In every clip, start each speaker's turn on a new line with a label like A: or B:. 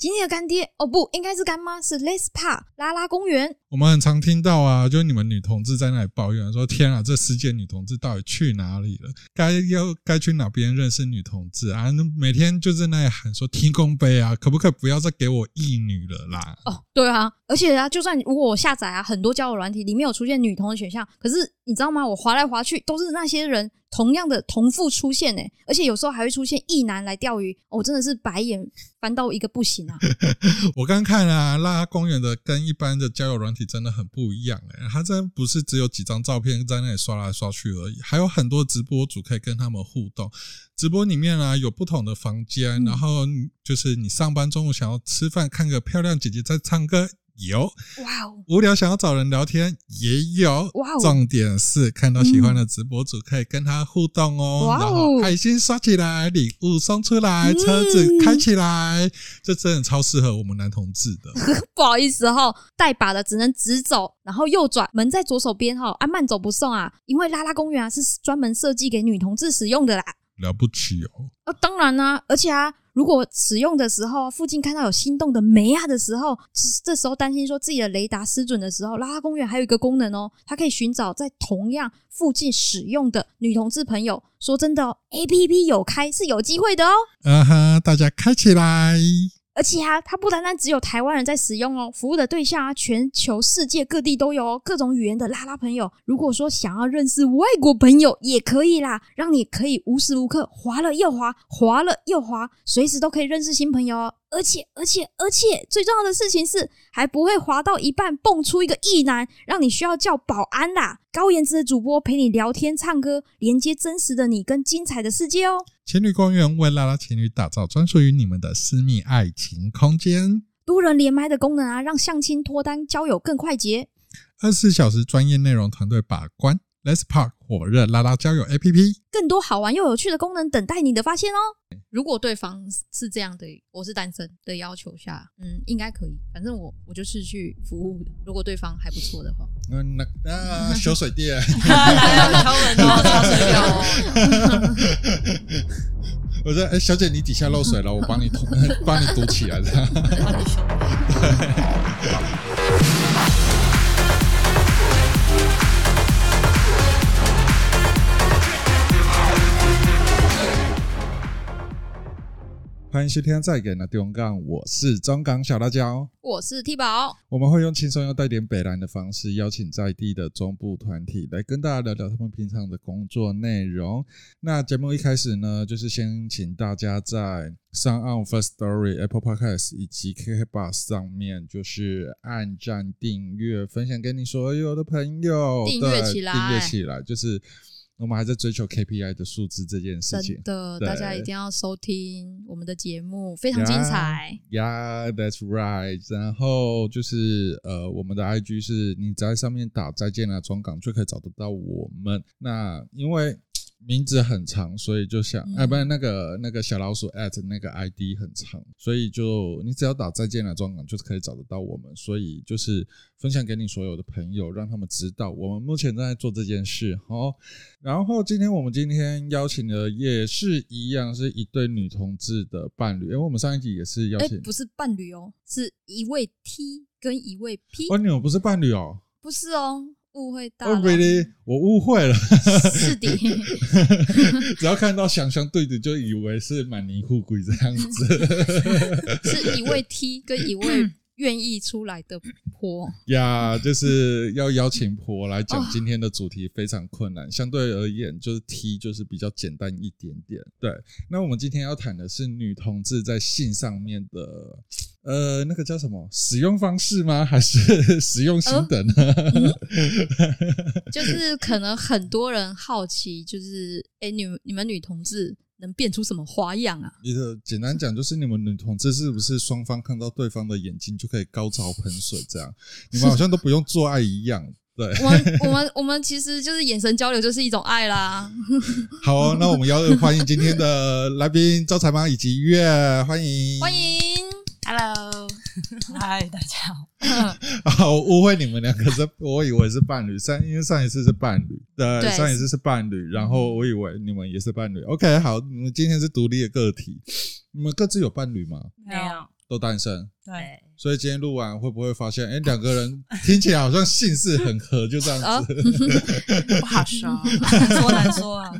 A: 今天的干爹哦不，应该是干妈，是 Les Spa 拉拉公园。
B: 我们很常听到啊，就是你们女同志在那里抱怨说：“天啊，这世界女同志到底去哪里了？该要该去哪边认识女同志啊？”那每天就在那里喊说：“天公杯啊，可不可以不要再给我一女了啦
A: 哦，对啊，而且啊，就算如果我下载啊很多交友软体，里面有出现女同的选项，可是你知道吗？我滑来滑去都是那些人同样的同父出现呢、而且有时候还会出现异男来钓鱼，哦我、真的是白眼翻到一个不 行啊！！”
B: 我刚看啊，拉拉公园的跟一般的交友软体真的很不一样诶、欸，它真不是只有几张照片在那里刷来刷去而已，还有很多直播主可以跟他们互动。直播里面啊，有不同的房间，
A: 嗯
B: 然后就是你上班中午想要吃饭，看个漂亮姐姐在唱歌。有，
A: 哇哦，
B: 无聊想要找人聊天也有，
A: 哇哦
B: 重点是看到喜欢的直播主可以跟他互动哦，
A: 哇哦
B: 然后爱心刷起来，礼物送出来，
A: 嗯
B: 车子开起来，这真的超适合我们男同志的。
A: 不好意思哈、哦，带把的只能直走，然后右转，门在左手边哈、啊，慢走不送啊，因为拉拉公园啊是专门设计给女同志使用的啦。
B: 了不起哦！
A: 啊，当然啦、而且啊，如果使用的时候附近看到有心动的梅亚的时候，这这时候担心说自己的雷达失准的时候，拉拉公园还有一个功能哦，它可以寻找在同样附近使用的女同志朋友。说真的哦，A P P 有开是有机会的哦。
B: 啊哈，大家开起来！
A: 而且啊，它不单单只有台湾人在使用哦，服务的对象啊，全球世界各地都有哦，各种语言的拉拉朋友。如果说想要认识外国朋友也可以啦，让你可以无时无刻滑了又滑，滑了又滑，随时都可以认识新朋友哦。而且，而且，而且，最重要的事情是，还不会滑到一半蹦出一个异男，让你需要叫保安啦。高颜值的主播陪你聊天、唱歌，连接真实的你跟精彩的世界哦。
B: 情侣公园为拉拉情侣打造专属于你们的私密爱情空间，
A: 多人连麦的功能啊，让相亲脱单、交友更快捷。
B: 二十四小时专业内容团队把关。Let's Park 火热拉拉交友 APP。
A: 更多好玩又有趣的功能等待你的发现哦。
C: 如果对方是这样的，我是单身的要求下，嗯，应该可以。反正我我就是去服务的。如果对方还不错的话，
B: 嗯，那 那修水电。
D: 来敲门哦，敲水表哦。
B: 我说，哎、小姐，你底下漏水了，我帮你通，帮你堵起来。这样欢迎收听《再给那地方杠》，我是中港小辣椒。
C: 我是 T 宝，
B: 我们会用轻松又带点北兰的方式，邀请在地的中部团体来跟大家聊聊他们平常的工作内容。那节目一开始呢，就是先请大家在上岸 First Story、Apple Podcast 以及 KK Bus 上面，就是按赞、订阅、分享给你所有的朋友，
C: 订阅
B: 对
C: 起来
B: 订阅起来，就是。我们还在追求 KPI 的数字这件事情
C: 真。的，
B: 对
C: 大家一定要收听我们的节目，非常精彩。
B: Yeah, that's right。然后就是呃，我们的 IG 是你在上面打“再见啊，中港”就可以找得到我们。那因为名字很长，所以就想，
C: 嗯
B: 哎、不是那个那个小老鼠 at 那个 ID 很长，所以就你只要打“再见啊，中港”就可以找得到我们。所以就是分享给你所有的朋友，让他们知道我们目前正在做这件事。哦，然后今天我们今天邀请的也是一样，是一对女同志的伴侣，因为我们上一集也是邀
C: 哎、
B: 请，
C: 不是伴侣哦，是一位 T 跟一位 P，
B: 哦，你们不是伴侣哦。
C: 不是哦，误会大
B: 哦
C: 了。
B: ，really，我误会了。
C: 是的，
B: 只要看到想相对的，就以为是满泥护鬼这样子
C: 是一位 T 跟一位愿意出来的婆。
B: 呀。就是要邀请婆来讲今天的主题非常困难，相对而言就是 T 就是比较简单一点点。对，那我们今天要谈的是女同志在性上面的，呃，那个叫什么使用方式吗？还是 使用心得呢？
C: 就是可能很多人好奇，就是哎、诶女你们女同志能变出什么花样啊？
B: 你的简单讲就是，你们女同志是不是双方看到对方的眼睛就可以高潮喷水这样？你们好像都不用做爱一样。对，
C: 我们我们我们其实就是眼神交流，就是一种爱啦。
B: 好哦、那我们要欢迎今天的来宾招财猫以及月，欢 迎
C: 欢。迎，
D: 嗯 Hello，嗨，
A: 哎
D: 大家好。
B: 好，我误会你们两个是，我以为是伴侣，上因为上一次是伴侣，对，
C: 对
B: 上一次是伴侣，然后我以为你们也是伴侣。OK，好，你们今天是独立的个体，你们各自有伴侣吗？
D: 没有，
B: 都单身。
A: 哎
D: 对，
B: 所以今天录完会不会发现，哎、两个人听起来好像姓氏很合，就这样
A: 哦
B: 子。
D: 不 好说，说难说啊。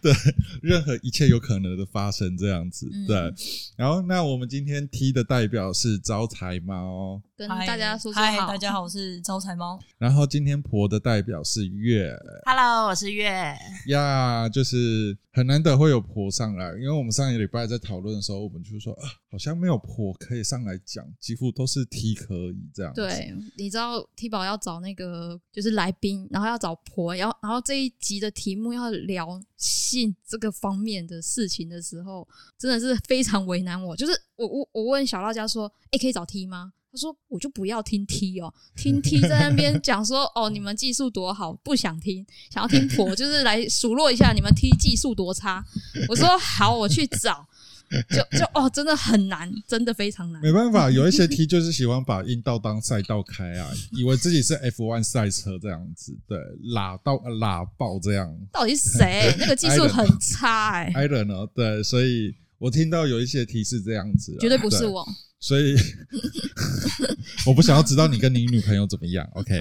B: 对，任何一切有可能的发生这样子。
A: 嗯
B: 对，然后那我们今天 T 的代表是招财猫，
A: 跟
D: 嗨
A: 大家说说
D: 嗨，
A: 好，
D: 大家好，我是招财猫。
B: 然后今天婆的代表是 月
E: Hello，我是月。
B: 呀就是很难得会有婆上来，因为我们上一个礼拜在讨论的时候，我们就说啊，好像没有婆可以上来讲，几乎都是 T 可以这样子。
A: 对，你知道 T 宝要找那个就是来宾，然后要找婆，然后然后这一集的题目要聊性这个方面的事情的时候，真的是非常为难我。就是我我我问小辣椒说：“哎、可以找 T 吗？”他说：“我就不要听 T 哦，听 T 在那边讲说哦，你们技术多好，不想听，想要听婆，就是来数落一下你们 T 技术多差。”我说：“好，我去找。”就就哦，真的很难，真的非常难。
B: 没办法，有一些 T 就是喜欢把阴道当赛道开啊，以为自己是 F1 赛车这样子，对，拉到拉爆这样
A: 到底是谁？那个技术很差哎、
B: ，I don't know，对，所以我听到有一些 T 是这样子啊，
A: 绝对不是我。
B: 所以 我不想要知道你跟你女朋友怎么样，OK？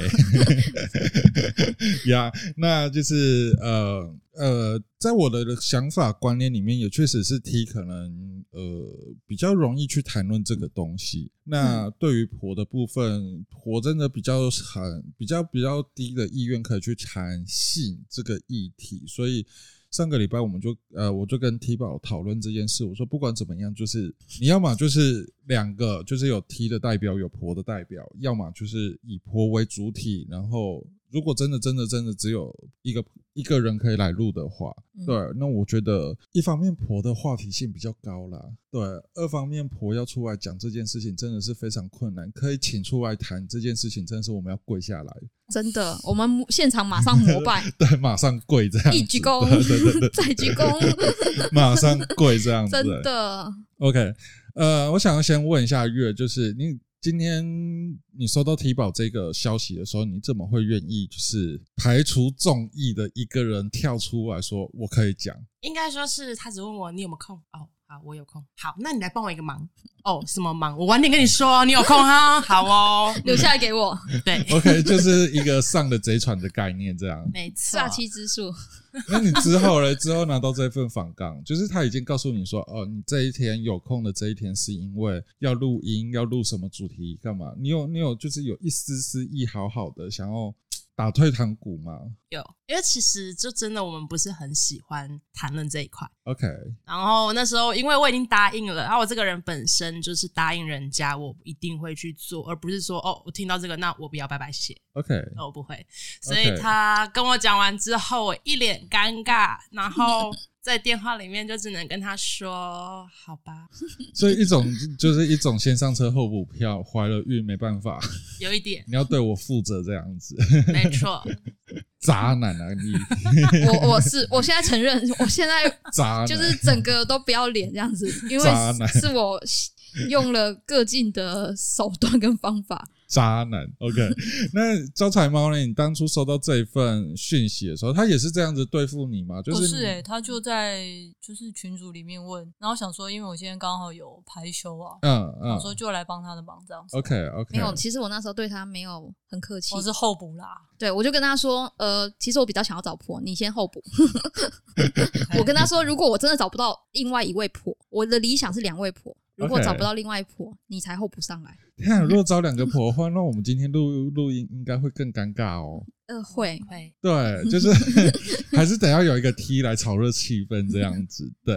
B: 呀那就是呃呃，在我的想法观念里面，也确实是 T 可能呃比较容易去谈论这个东西。那对于婆的部分，婆真的比较很比较比较低的意愿可以去谈性这个议题，所以。上个礼拜我们就呃，我就跟 T 宝讨论这件事，我说不管怎么样，就是你要么就是两个，就是有 T 的代表，有婆的代表，要么就是以婆为主体，然后如果真的真的真的只有一个一个人可以来录的话，
A: 嗯
B: 对，那我觉得一方面婆的话题性比较高啦，对，二方面婆要出来讲这件事情真的是非常困难，可以请出来谈这件事情，真的是我们要跪下来，
A: 真的，我们现场马上 膜拜，
B: 对，马上跪这样子，
A: 一鞠躬
B: 对对对，对
A: 再鞠 躬，
B: 马上跪这样子，
A: 真的
B: OK，呃，我想要先问一下月，就是你今天你收到提保这个消息的时候，你怎么会愿意就是排除众议的一个人跳出来说我可以讲？
E: 应该说是他只问我你有没有空哦，好，我有空。好，那你来帮我一个忙哦，什么忙？我晚点跟你说，你有空 哈？好哦，
A: 留下来给我
E: 对，
B: OK，就是一个上的贼船的概念这样。
E: 没错
A: 下期之术。
B: 那你之后嘞，之后拿到这份访纲，就是他已经告诉你说，哦，你这一天有空的这一天是因为要录音，要录什么主题，干嘛？你有你有就是有一丝丝意好好的想要打退堂鼓吗
E: 有，因为其实就真的我们不是很喜欢谈论这一块。
B: ？OK，
E: 然后那时候，因为我已经答应了，然后我这个人本身就是答应人家，我一定会去做，而不是说哦，我听到这个，那我不要，拜拜谢，
B: OK，
E: 那哦我不会。所以他跟我讲完之后，我一脸尴尬，然后在电话里面就只能跟他说好吧，
B: 所以一种就是一种先上车后补票，怀了孕没办法，
E: 有一点，
B: 你要对我负责这样子，
E: 没错，
B: 渣男啊你，
A: 我我是我现在承认， 我现在
B: 渣男
A: 就是整个都不要脸这样子，因
B: 渣男
A: 为是我用了各尽的手段跟方法。
B: 渣男。OK，那 招财猫呢？你当初收到这一份讯息的时候，他也是这样子对付你吗？就
D: 不
B: 是
D: 是
B: 你
D: 哎、他就在就是群组里面问，然后想说，因为我今天刚好有排休啊，
B: 嗯嗯
D: 想说就来帮他的忙这样子。
B: ，OK OK，
A: 没有，其实我那时候对他没有很客气
D: 我，是候补啦，
A: 对我就跟他说，呃，其实我比较想要找婆，你先 候补。我跟他说，如果我真的找不到另外一位婆，我的理想是两位婆。如果
B: OK
A: 找不到另外一婆，你才候补上来。
B: 天啊，如果找两个婆的话，那我们今天录录音应该会更尴尬哦。
A: 呃，会，
E: 会
B: 对，就是还是得要有一个 T 来炒热气氛这样子。对，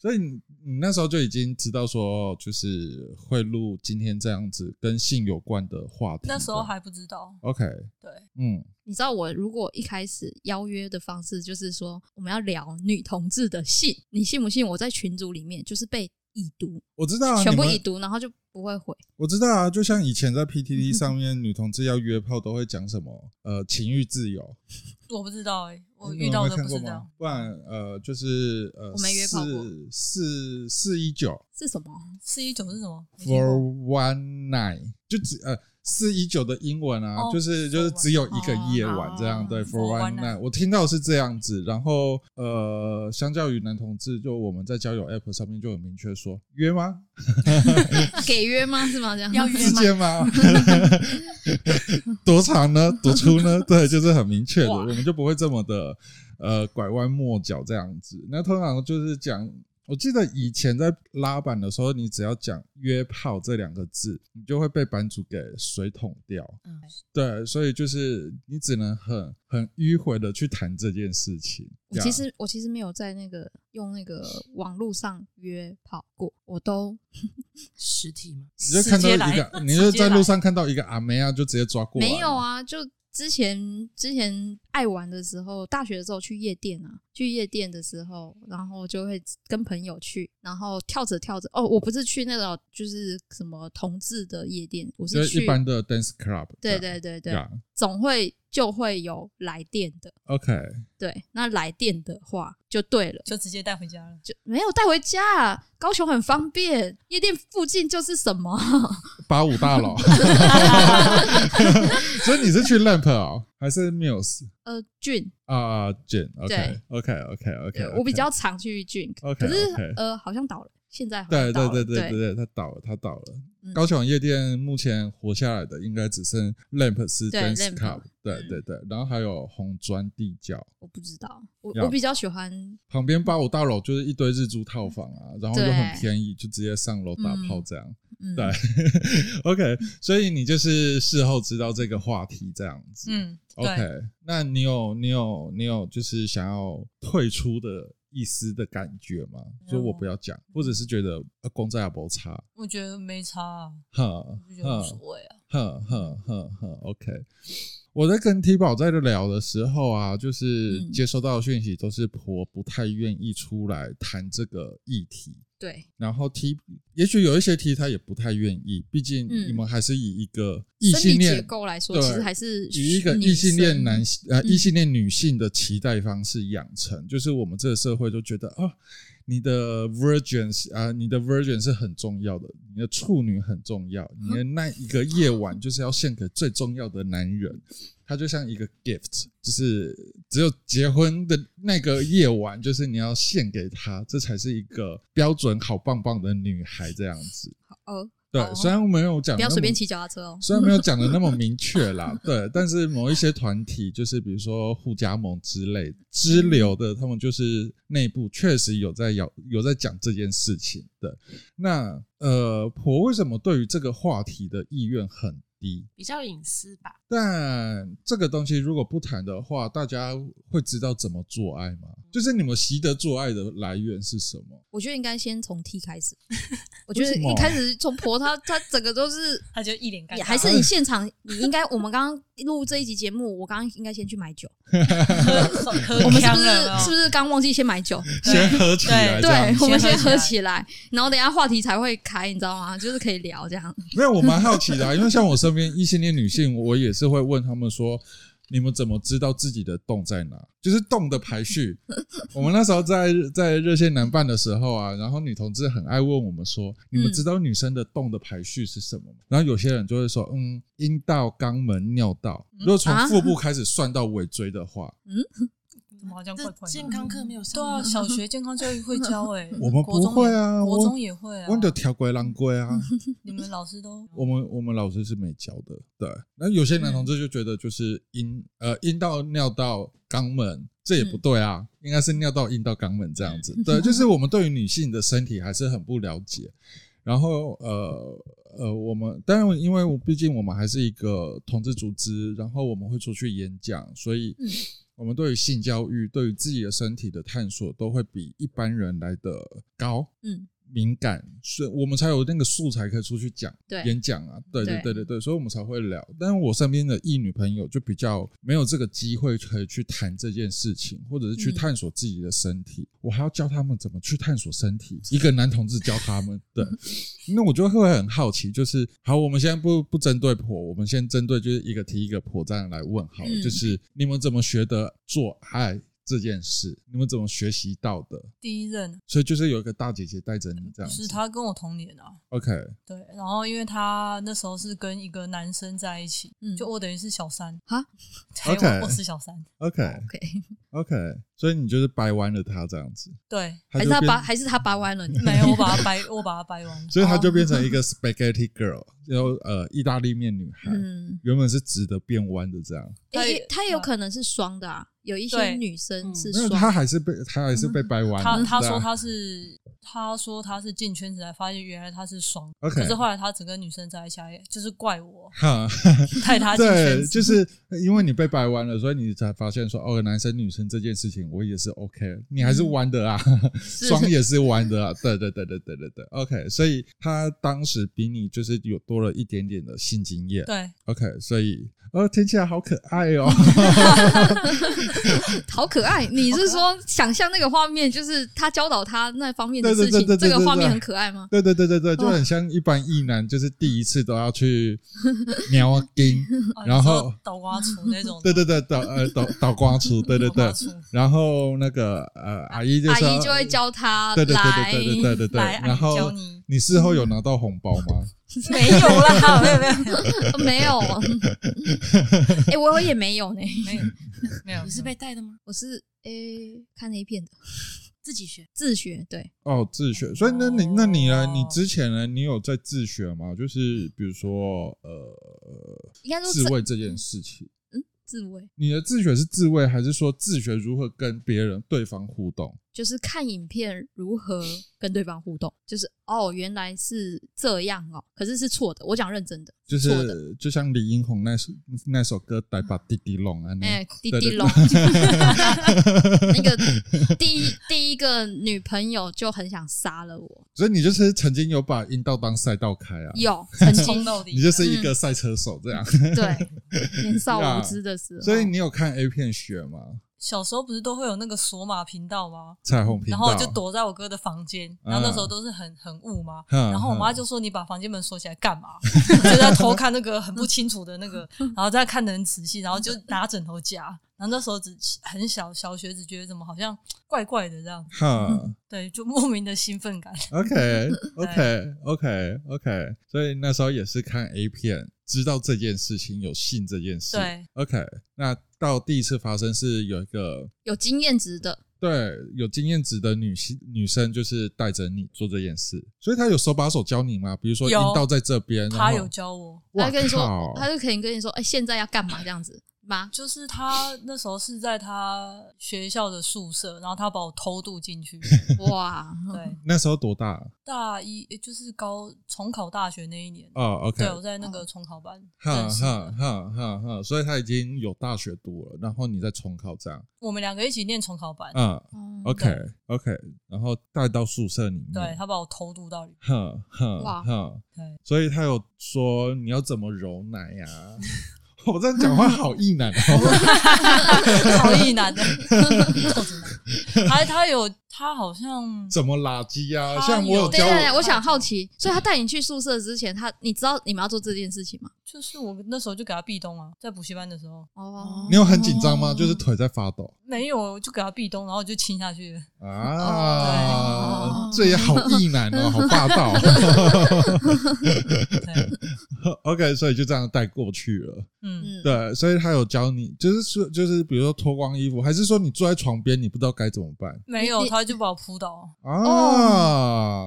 B: 所以你你那时候就已经知道说，哦就是会录今天这样子跟性有关的话题。
D: 那时候还不知道，
B: OK，
D: 对，
B: 嗯，
A: 你知道我如果一开始邀约的方式就是说我们要聊女同志的性，你信不信？我在群组里面就是被已读，
B: 我知道、啊，
A: 全部
B: 你们
A: 已读，然后就不会回。
B: 我知道啊，就像以前在 PTT 上面，女同志要约炮都会讲什么，呃，情欲自由。
D: 我不知道哎、我
B: 你
D: 遇
B: 们
D: 到
B: 嗯有
D: 的
B: 看
D: 不
B: 过
D: 是这
B: 吗
D: 样？。
B: 不然呃，就是呃，
A: 我没约炮过
B: 四四四一九。
A: 是什么？
D: 四一九是什么没听
B: for
D: 过
B: one night，就只呃四一九的英文啊，
D: 哦
B: 就是就是只有一个夜晚这样，
E: 哦
B: 对，for
D: for
B: one
D: one
B: night，
D: night
B: 我听到是这样子。然后呃，相较于男同志，就我们在交友 app 上面就很明确说约吗？
A: 给约吗？是吗？这样
D: 要约
B: 时间吗？ 多长呢？多粗呢？对，就是很明确的，
E: 哇
B: 我们就不会这么的呃拐弯抹角这样子。那通常就是讲，我记得以前在拉板的时候，你只要讲“约炮”这两个字，你就会被版主给水桶掉。
E: 嗯
B: 对，所以就是你只能很很迂回的去谈这件事情。
A: 我其实我其实没有在那个用那个网络上约跑过，我都
E: 实体吗？
B: 你就看到
D: 直
B: 一
D: 接
B: 个，你就在路
D: 来
B: 上看到一个阿梅啊，就直接抓过来。
A: 没有，啊，就之前之前爱玩的时候，大学的时候去夜店啊，去夜店的时候，然后就会跟朋友去，然后跳着跳着，哦，我不是去那种就是什么同志的夜店，我
B: 就是是
A: 去
B: 一，般的 dance club 这
A: 对
B: 样。
A: 对对对，
B: 呀
A: 总会就会有来电的，
B: OK，
A: 对，那来电的话就对了。
D: 就直接带回家了。
A: 就没有带回家，啊高雄很方便，夜店附近就是什么，
B: 八五大佬，所以你是去 Lamp 哦，还是 Muse
A: 呃，俊，
B: 啊？Jane
A: 对
B: OK OK OK OK，
A: 对我比较常去俊，
B: OK，
A: 可是
B: OK
A: 呃，好像倒了，现在好像
B: 对
A: 倒
B: 对
A: 了
B: 对
A: 对
B: 对对对，他倒了，他倒了。
A: 嗯
B: 高雄夜店目前活下来的应该只剩 Lamp 是
A: 对
B: Dance
A: Lamp
B: Club，对对对，然后还有红砖地窖。
A: 我不知道，我
B: 要
A: 我比较喜欢，
B: 旁边八五大楼就是一堆日租套房啊，
A: 嗯
B: 然后又很
A: 对
B: 便宜，就直接上楼打炮这样。
A: 嗯，
B: 对 OK，所以你就是事后知道这个话题这样子。
D: 嗯，对，
B: OK，那你有你有你有就是想要退出的一丝的感觉吗？
D: 有
B: 就我不要讲，或者是觉得呃公在阿伯差，
D: 我觉得没差啊，
B: 哼
D: 我觉得无
B: 哼
D: 所谓啊。
B: 哼哼哼哼，OK。我在跟 T 宝在聊的时候啊，就是
A: 嗯
B: 接收到的讯息都是婆不太愿意出来谈这个议题，
A: 对
B: 然后 T 也许有一些题他也不太愿意，毕竟
A: 嗯
B: 你们还是以一个异
A: 生
B: 性
A: 理结
B: 恋
A: 构来说，
B: 对
A: 其实还是
B: 以一个
A: 女
B: 异性恋
A: 生
B: 男性呃
A: 嗯
B: 异性恋女性的期待方式养成，就是我们这个社会都觉得啊、你的 virgin 是啊、你的 virgin 是很重要的，你的处女很重要，你
A: 嗯
B: 的那一个夜晚就是要献给最重要的男人，它就像一个 gift，就是只有结婚的那个夜晚，就是你要献给他，这才是一个标准好棒棒的女孩这样子。
A: 哦，
B: 对，
A: 哦
B: 虽然没有讲
A: 不要
B: 那
A: 随
B: 么
A: 便骑脚踏车哦，
B: 虽然没有讲的那么明确啦， 对，但是某一些团体，就是比如说互加盟之类支流的，他们就是内部确实有在有有在讲这件事情的。那呃，婆为什么对于这个话题的意愿很低？
E: 比较隐私吧。
B: 但这个东西如果不谈的话，大家会知道怎么做爱吗？就是你们习得做爱的来源是什么？
A: 我觉得应该先从 T 开始，我觉得
B: 什么
A: 一开始从婆她她整个都是
D: 他就一脸尴
A: 也
D: 尬，
A: 还
B: 哎
A: 是你现场，你应该我们刚刚录这一集节目，我刚刚应该先去买 酒，
D: 喝喝
A: 我们是
D: 呛
A: 不是
D: 了啊
A: 是不是刚忘记先买酒？
D: 对
B: 先合起来，
D: 对
B: 哎这样
A: 对
B: 子，
A: 我们
D: 先
A: 先
D: 喝
A: 喝
D: 起
A: 起来，然后等一下话题才会开，你知道吗？就是可以聊这样。
B: 没有，我蛮好奇的、啊，因为像我身边异性恋女性，我也是会问他们说，你们怎么知道自己的洞在哪？就是洞的排序。我们那时候在在热线男办的时候啊，然后女同志很爱问我们说，你们知道女生的洞的排序是什么吗？然后有些人就会说，嗯，阴道、肛门、尿道。如果从腹部开始算到尾椎的话，
D: 怎么好像怪
E: 这
D: 怪的
E: 健康课没有
D: 对
E: 上
D: 啊，
E: 吗，
D: 小学健康教育会教哎、
B: 我们不会啊
D: 国
B: 我
D: 中也国中也会啊，
B: 问的条规狼规啊。
D: 你们老师都
B: 我们我们老师是没教的，对。那有些男同志就觉得就是阴呃阴道尿道肛门，这也不对啊，应该是尿道阴道肛门这样子。对，就是我们对于女性的身体还是很不了解。然后呃呃，我们当然因为我毕竟我们还是一个同志组织，然后我们会出去演讲，所以
A: 嗯
B: 我们对于性教育、对于自己的身体的探索，都会比一般人来的高。
A: 嗯，
B: 敏感，所以我们才有那个素材可以出去讲
A: 对
B: 演讲啊，对对
A: 对
B: 对对对，所以我们才会聊。但是我身边的异女朋友就比较没有这个机会可以去谈这件事情，或者是去
A: 嗯
B: 探索自己的身体。我还要教他们怎么去探索身体，一个男同志教他 们，对。那我就会很好奇，就是好，我们现在不不针对婆，我们先针对就是一个提一个婆这样来问好了，
A: 嗯
B: 就是你们怎么学的做爱这件事，你们怎么学习到的？
D: 第一任
B: 所以就是有一个大姐姐带着你这
D: 就
B: 样
D: 是
B: 子。
D: 他跟我同年啊，
B: OK，
D: 对，然后因为他那时候是跟一个男生在一起，
A: 嗯
D: 就我等于是小三
A: 哈，
D: 对
B: OK
D: 我我是小三，
B: OK
A: OK，
B: OK，所以你就是掰弯了他这样子，
D: 对，
A: 还
B: 就是
A: 他
B: 变
A: 掰，还是他掰弯了 你？
D: 没有我把他掰，我把他掰完了，
B: 所以他就变成一个 spaghetti girl，然后呃意大利面女孩，
A: 嗯，
B: 原本是直的变弯的这样，
A: 他
D: 对
A: 也他嗯也有可能是双的啊，有一些
D: 对
A: 女生是
B: 没有
A: 双
B: 他，还是被他还是被掰弯
D: 嗯他
B: 了。
D: 他
B: 对啊
D: 说他是他说他是进圈子才发现原来他是双
B: OK
D: 可是后来他整个女生在一起，就是怪 我
B: 哈，
D: 带他进圈
B: 对，
D: 子，
B: 就是因为你被掰弯了，所以你才发现说哦，男生女生这件事情我也是 OK，你还是弯的啊， 双、也是弯的啊，对对对对对对对，OK，所以他当时比你就是有多了一点点的性经验
D: 对，
B: ，OK，所以哦听起来好可爱哦，
A: 好可爱。你是说想象那个画面，就是他教导他那方面的
B: 对
A: 事
B: 对
A: 情
B: 对，对
A: 这
B: 对
A: 个画
B: 对
A: 面
B: 对
A: 很可爱吗？
B: 对对对对对，就很像一般异男，就是第一次都要去 瞄啊盯，
D: 啊
B: 然后
D: 你说倒瓜厨
B: ，
D: 那种
B: 对对对，倒呃倒倒瓜厨，对对
D: 倒瓜
B: 对，
D: 厨
B: 然后那个呃阿姨就
A: 阿
B: 说嗯
A: 姨就会教他
B: 对对
A: 来，
B: 对对对对对对，
D: 来阿姨
B: 然后
D: 教你
B: 你事后有拿到红包吗？
D: 没有啦，没有没有没有
A: 没有， 哎、我也没有呢。
D: 没有没有，
E: 你是被带的吗？
A: 我是诶、看 A 片的，
E: 自己学？
A: 自学对，
B: 哦，自学。所以那你那你呢？
D: 哦
B: 你之前呢？你有在自学吗？就是比如说呃，
A: 应该说
B: 自慰这件事情，
A: 自慰，
B: 你的自学是自慰，还是说自学如何跟别人对方互动？
A: 就是看影片如何跟对方互动，就是哦，原来是这样哦，可是是错的，我讲认真的，
B: 就
A: 错的，
B: 是就像李英红那首那首歌《呆把弟弟弄》啊，
A: 哎、
B: 那
A: 滴
B: 对
A: 滴
B: 对
A: 龙，那个第一第一个女朋友就很想杀了我，
B: 所以你就是曾经有把阴道当赛道开啊，
A: 有曾
D: 冲
A: 经
D: 到底，
B: 你就是一个赛车手这样。
A: 对年 少无知的时候，
D: 哦
B: 所以你有看 A 片学吗？
D: 小时候不是都会有那个索马频道吗？
B: 彩虹频
D: 然
B: 道，
D: 后就躲在我哥的房间，然后那时候都是很很雾嘛，
B: 嗯
D: 然后我妈就说你把房间门锁起来干嘛？ 我就在偷看那个很不清楚的那 个，然后再看得很仔细，然后就拿枕头夹，然后那时候只很小小学只觉得怎么好像怪怪的这样，
B: 哈。
D: 对，就莫名的兴奋感，
B: OK OK OK OK，所以那时候也是看 A 片，知道这件事情有性这件事。
D: 对
B: ，OK，那到第一次发生是有一个
A: 有经验值的，
B: 对有经验值的女性女生，就是带着你做这件事，所以她有手把手教你吗？比如说阴
D: 有
B: 道在这边，
D: 她
B: 然后
D: 有，教我。
B: 哇
A: 他就跟你说
B: 靠，
A: 他就可以跟你说，哎、现在要干嘛这样子 吗？
D: 就是她那时候是在她学校的宿舍，然后她把我偷渡 进去。
A: 哇，嗯
D: 对，
B: 那时候多大？
D: 大一也就是高重考大学那一年，
B: 哦，OK，
D: 对我在那个重考班
B: 哈
D: 认识
B: 哈
D: 的。
B: 哈哈哈，所以她已经有大学读了，然后你再重考这样，
D: 我们两个一起念重考班，
B: 嗯
A: 嗯
B: ，OK OK，然后带到宿舍里面，
D: 对他把我偷渡到里面，
B: 哼哼
A: 哇
B: 哼，
D: 对，
B: 所以他有说你要怎么揉奶呀、我这样讲话好意难哦。
D: 好意男的，臭直男。还他有他好像
B: 怎么垃圾呀、
D: 他
B: 像我有
D: 有
A: 对
B: 教
A: 对对，
B: 我，
A: 我想好奇，所以他带你去宿舍之前，他你知道你们要做这件事情吗？
D: 就是我那时候就给他壁咚啊，在补习班的时候
A: 哦
B: 你，有很紧张吗？就是腿在发抖
D: 没有，我就给他壁咚，然后我就亲下去了。
B: 啊
A: 哦，
B: 这也好意难哦，好霸道。
D: 对，
B: OK，所以就这样带过去了。
D: 嗯，
A: 嗯，
B: 对，啊所以他有教你，就是说，就是比如说脱光衣服，还是说你坐在床边，你不知道该怎么办
D: 没
A: 你
D: 有，
A: 你
D: 他就把我扑倒，哦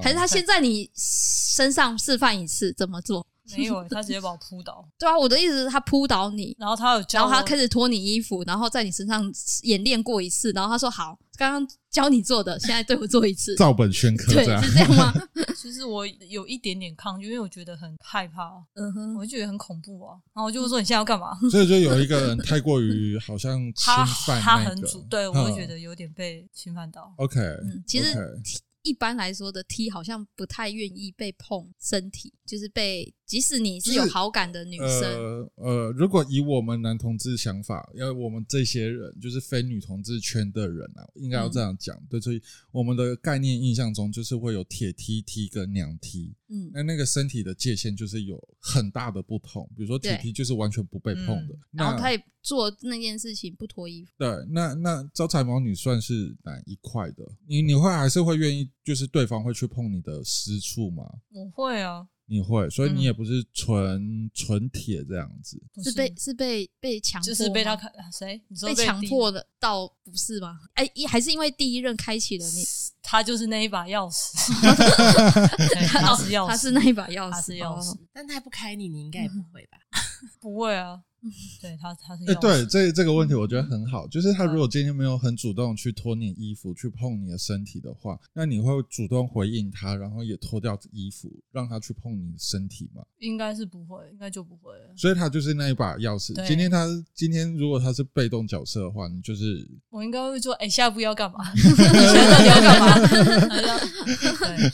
B: 啊？
A: 还是他先在你身上示范一次怎么做？
D: 没有，他直接把我扑倒，
A: 对啊，我的意思是，他扑倒你，
D: 然后他有
A: 然
D: 教
A: 后
D: 我，
A: 他开始脱你衣服，然后在你身上演练过一次，然后他说好，刚刚教你做的，现在对我做一 次，
B: 照本宣科
A: 对，
B: 这样
A: 是这样吗？
D: 其实我有一点点抗拒，因为我觉得很害怕，
A: 嗯哼，
D: 我就觉得很恐怖啊。然后我就说你现在要干嘛？
B: 所以就有一个人太过于好像嗯侵
D: 他
B: 犯
D: 他
B: 那
D: 很
B: 个
D: 主，对我会
B: 嗯
D: 觉得有点被侵犯到。
B: OK，
A: 嗯，其实
B: OK
A: 一般来说的 T 好像不太愿意被碰身体，就是被，即使你是
B: 就是
A: 有好感的女生，
B: 呃呃，如果以我们男同志想法，要我们这些人就是非女同志圈的人啊，应该要这样讲。对，所以我们的概念印象中就是会有铁梯踢跟娘梯，
A: 嗯
B: 那那个身体的界限就是有很大的不同。比如说铁
A: 对嗯
B: 梯就是完全不被碰的，那
A: 然后他也做那件事情不脱衣服，
B: 对，那那招财猫女算是哪一块的？你你会还是会愿意，就是对方会去碰你的私处吗？
D: 我会啊，
B: 你会，所以
D: 嗯
B: 你也不是纯纯铁这样子。
D: 不
A: 是被是被被强迫
D: 就
A: 吗，
D: 是被他看谁？你说
A: 被强
D: 第一
A: 迫的到不是吗？哎，一还是因为第一任开启了你，
D: 他就是那一把钥匙，对他是钥匙，
A: 他是那一把钥匙，
D: 他是钥匙
A: 哦，
E: 但他不开你，你应该也不会吧？
D: 不会啊，
A: 嗯
D: 对他他是
B: 哎、
D: 钥匙，
B: 对，这这个问
D: 嗯
B: 题我觉得很好，就是他如果今天没有很主动去脱你衣服、去碰你的身体的话，那你会主动回应他，然后也脱掉衣服让他去碰你的身体吗？
D: 应该是不会，应该就不会了。
B: 所以他就是那一把钥匙
D: 对。
B: 今天他今天如果他是被动角色的话，你就是
D: 我应该会说，哎、下一步要干 嘛？ 现在到底要干嘛？对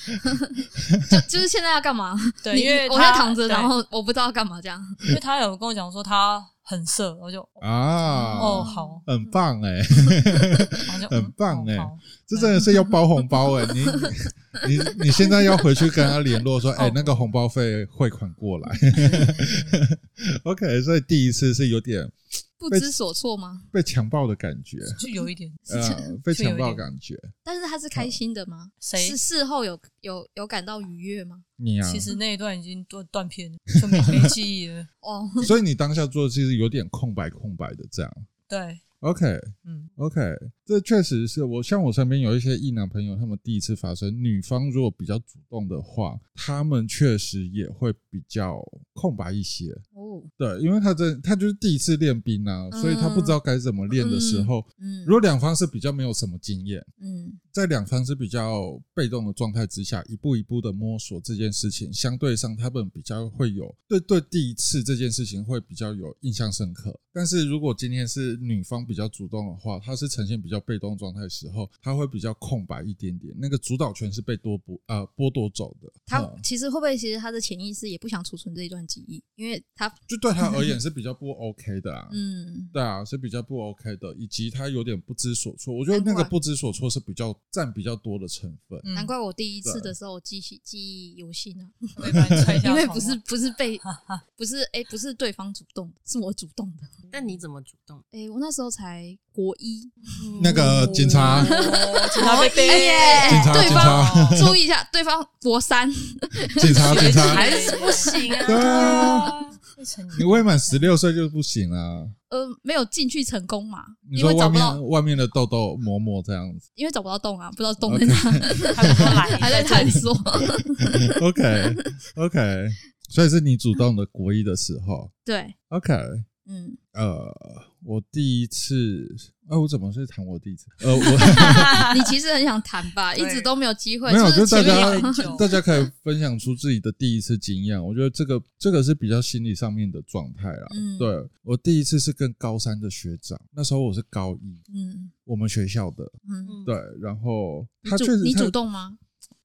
A: 就就是现在要干嘛？
D: 对，
A: 你
D: 因为
A: 我
D: 他
A: 要躺着，
D: 对
A: 然后我不知道要干嘛这样。
D: 因为他有跟我讲说他很色，我就
B: 啊，
D: 哦嗯好，
B: 很棒哎、
D: 然后就
B: 很棒
D: 哎、
B: 哎
D: 哦好
B: 这真的是要包红包哎、你你你你现在要回去跟他联络 说，哎、
D: 哦
B: 那个红包费汇款过来。OK，所以第一次是有点
A: 不知所措吗？
B: 被强暴的感觉，
D: 就有 一点
B: 呃，被强暴的感觉。
A: 但是他是
B: 哦
A: 开心的吗？
D: 谁
A: 是？事后有有有感到愉悦吗？
B: 你啊，
D: 其实那一段已经断断片了，就没没记忆了。
A: 哦，
B: 所以你当下做的其实有点空白空白的这样。
D: 对，
B: OK，
D: 嗯，
B: OK，这确实是我像我身边有一些异男朋友，他们第一次发生，女方如果比较主动的话，他们确实也会比较空白一些。
A: 哦，
B: 对，因为他真他就是第一次练兵啊，所以他不知道该怎么练的时候，
A: 嗯
B: 如果两方是比较没有什么经验，
A: 嗯
B: 在两方是比较被动的状态之下，一步一步的摸索这件事情，相对上他们比较会有对对第一次这件事情会比较有印象深刻。但是如果今天是女方比较主动的话，她是呈现比较被动状态的时候，她会比较空白一点点，那个主导权是被多不呃剥夺走的。
A: 他
B: 嗯
A: 其实会不会其实他的潜意识也不想储存这一段记忆，因为他
B: 就对她而言是比较不 OK 的啊。
A: 嗯
B: 对啊，是比较不 OK 的，以及她有点不知所措。我觉得
A: 难
B: 那个
A: 怪
B: 不知所措是比较占比较多的成分。
D: 嗯
A: 难怪我第一次的时候我记起记忆犹新啊，
D: 我也把你踹下
A: 因为
D: 床
A: 不是
D: 了
A: 不是 被不是哎、不是对方主动，是我主动的。
E: 但你怎么主动？
A: 哎、我那时候才国一，
B: 那个警察，
D: 哦警察被
A: 哎
D: 逮，
B: 警察，
A: 对
B: 警察
A: 方。注意一下，对方国三，
B: 警
D: 哦
B: 察， 警察，
E: 还是不行
B: 对
E: 啊！
B: 啊，
D: 未成
B: 你
D: 年
B: 未满十六岁就不行啊。
A: 呃，没有进去成功嘛，
B: 你
A: 因
B: 说
A: 为
B: 外
A: 找不到，
B: 面外面的痘痘磨磨这样 子
A: 因为找不到洞啊，不知道洞在哪，
D: 他不过来，
A: 还在探索。
B: ，OK OK，所以是你主动的国一的时候
A: 对，
B: ，OK，
A: 嗯，
B: 呃，我第一次，哎、我怎么是谈我第一次？呃，我
A: 你其实很想谈吧，一
D: 对
A: 直都没有机会，
B: 没有，
A: 是
B: 就大
A: 前面
D: 也
B: 家
D: 很 久
B: 大家可以分享出自己的第一次经验，我觉得这个这个是比较心理上面的状态啦。
A: 嗯
B: 对我第一次是跟高三的学长，那时候我是高一，
A: 嗯
B: 我们学校的，
A: 嗯，
B: 对，然后
A: 你
B: 他确
A: 主
B: 实
A: 你
B: 他
A: 主动吗？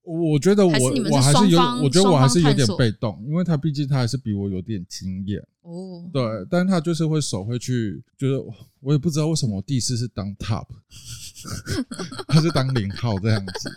B: 我觉得我
A: 还是你们是
B: 我还是
A: 双
B: 有，
A: 方
B: 我觉得我还是有
A: 双方探
B: 点
A: 索
B: 被动，因为他毕竟他还是比我有点经验，
A: 哦，
B: 对，但是他就是会手会去，就是我也不知道为什么我第一次是当 top，他是当零号这样子，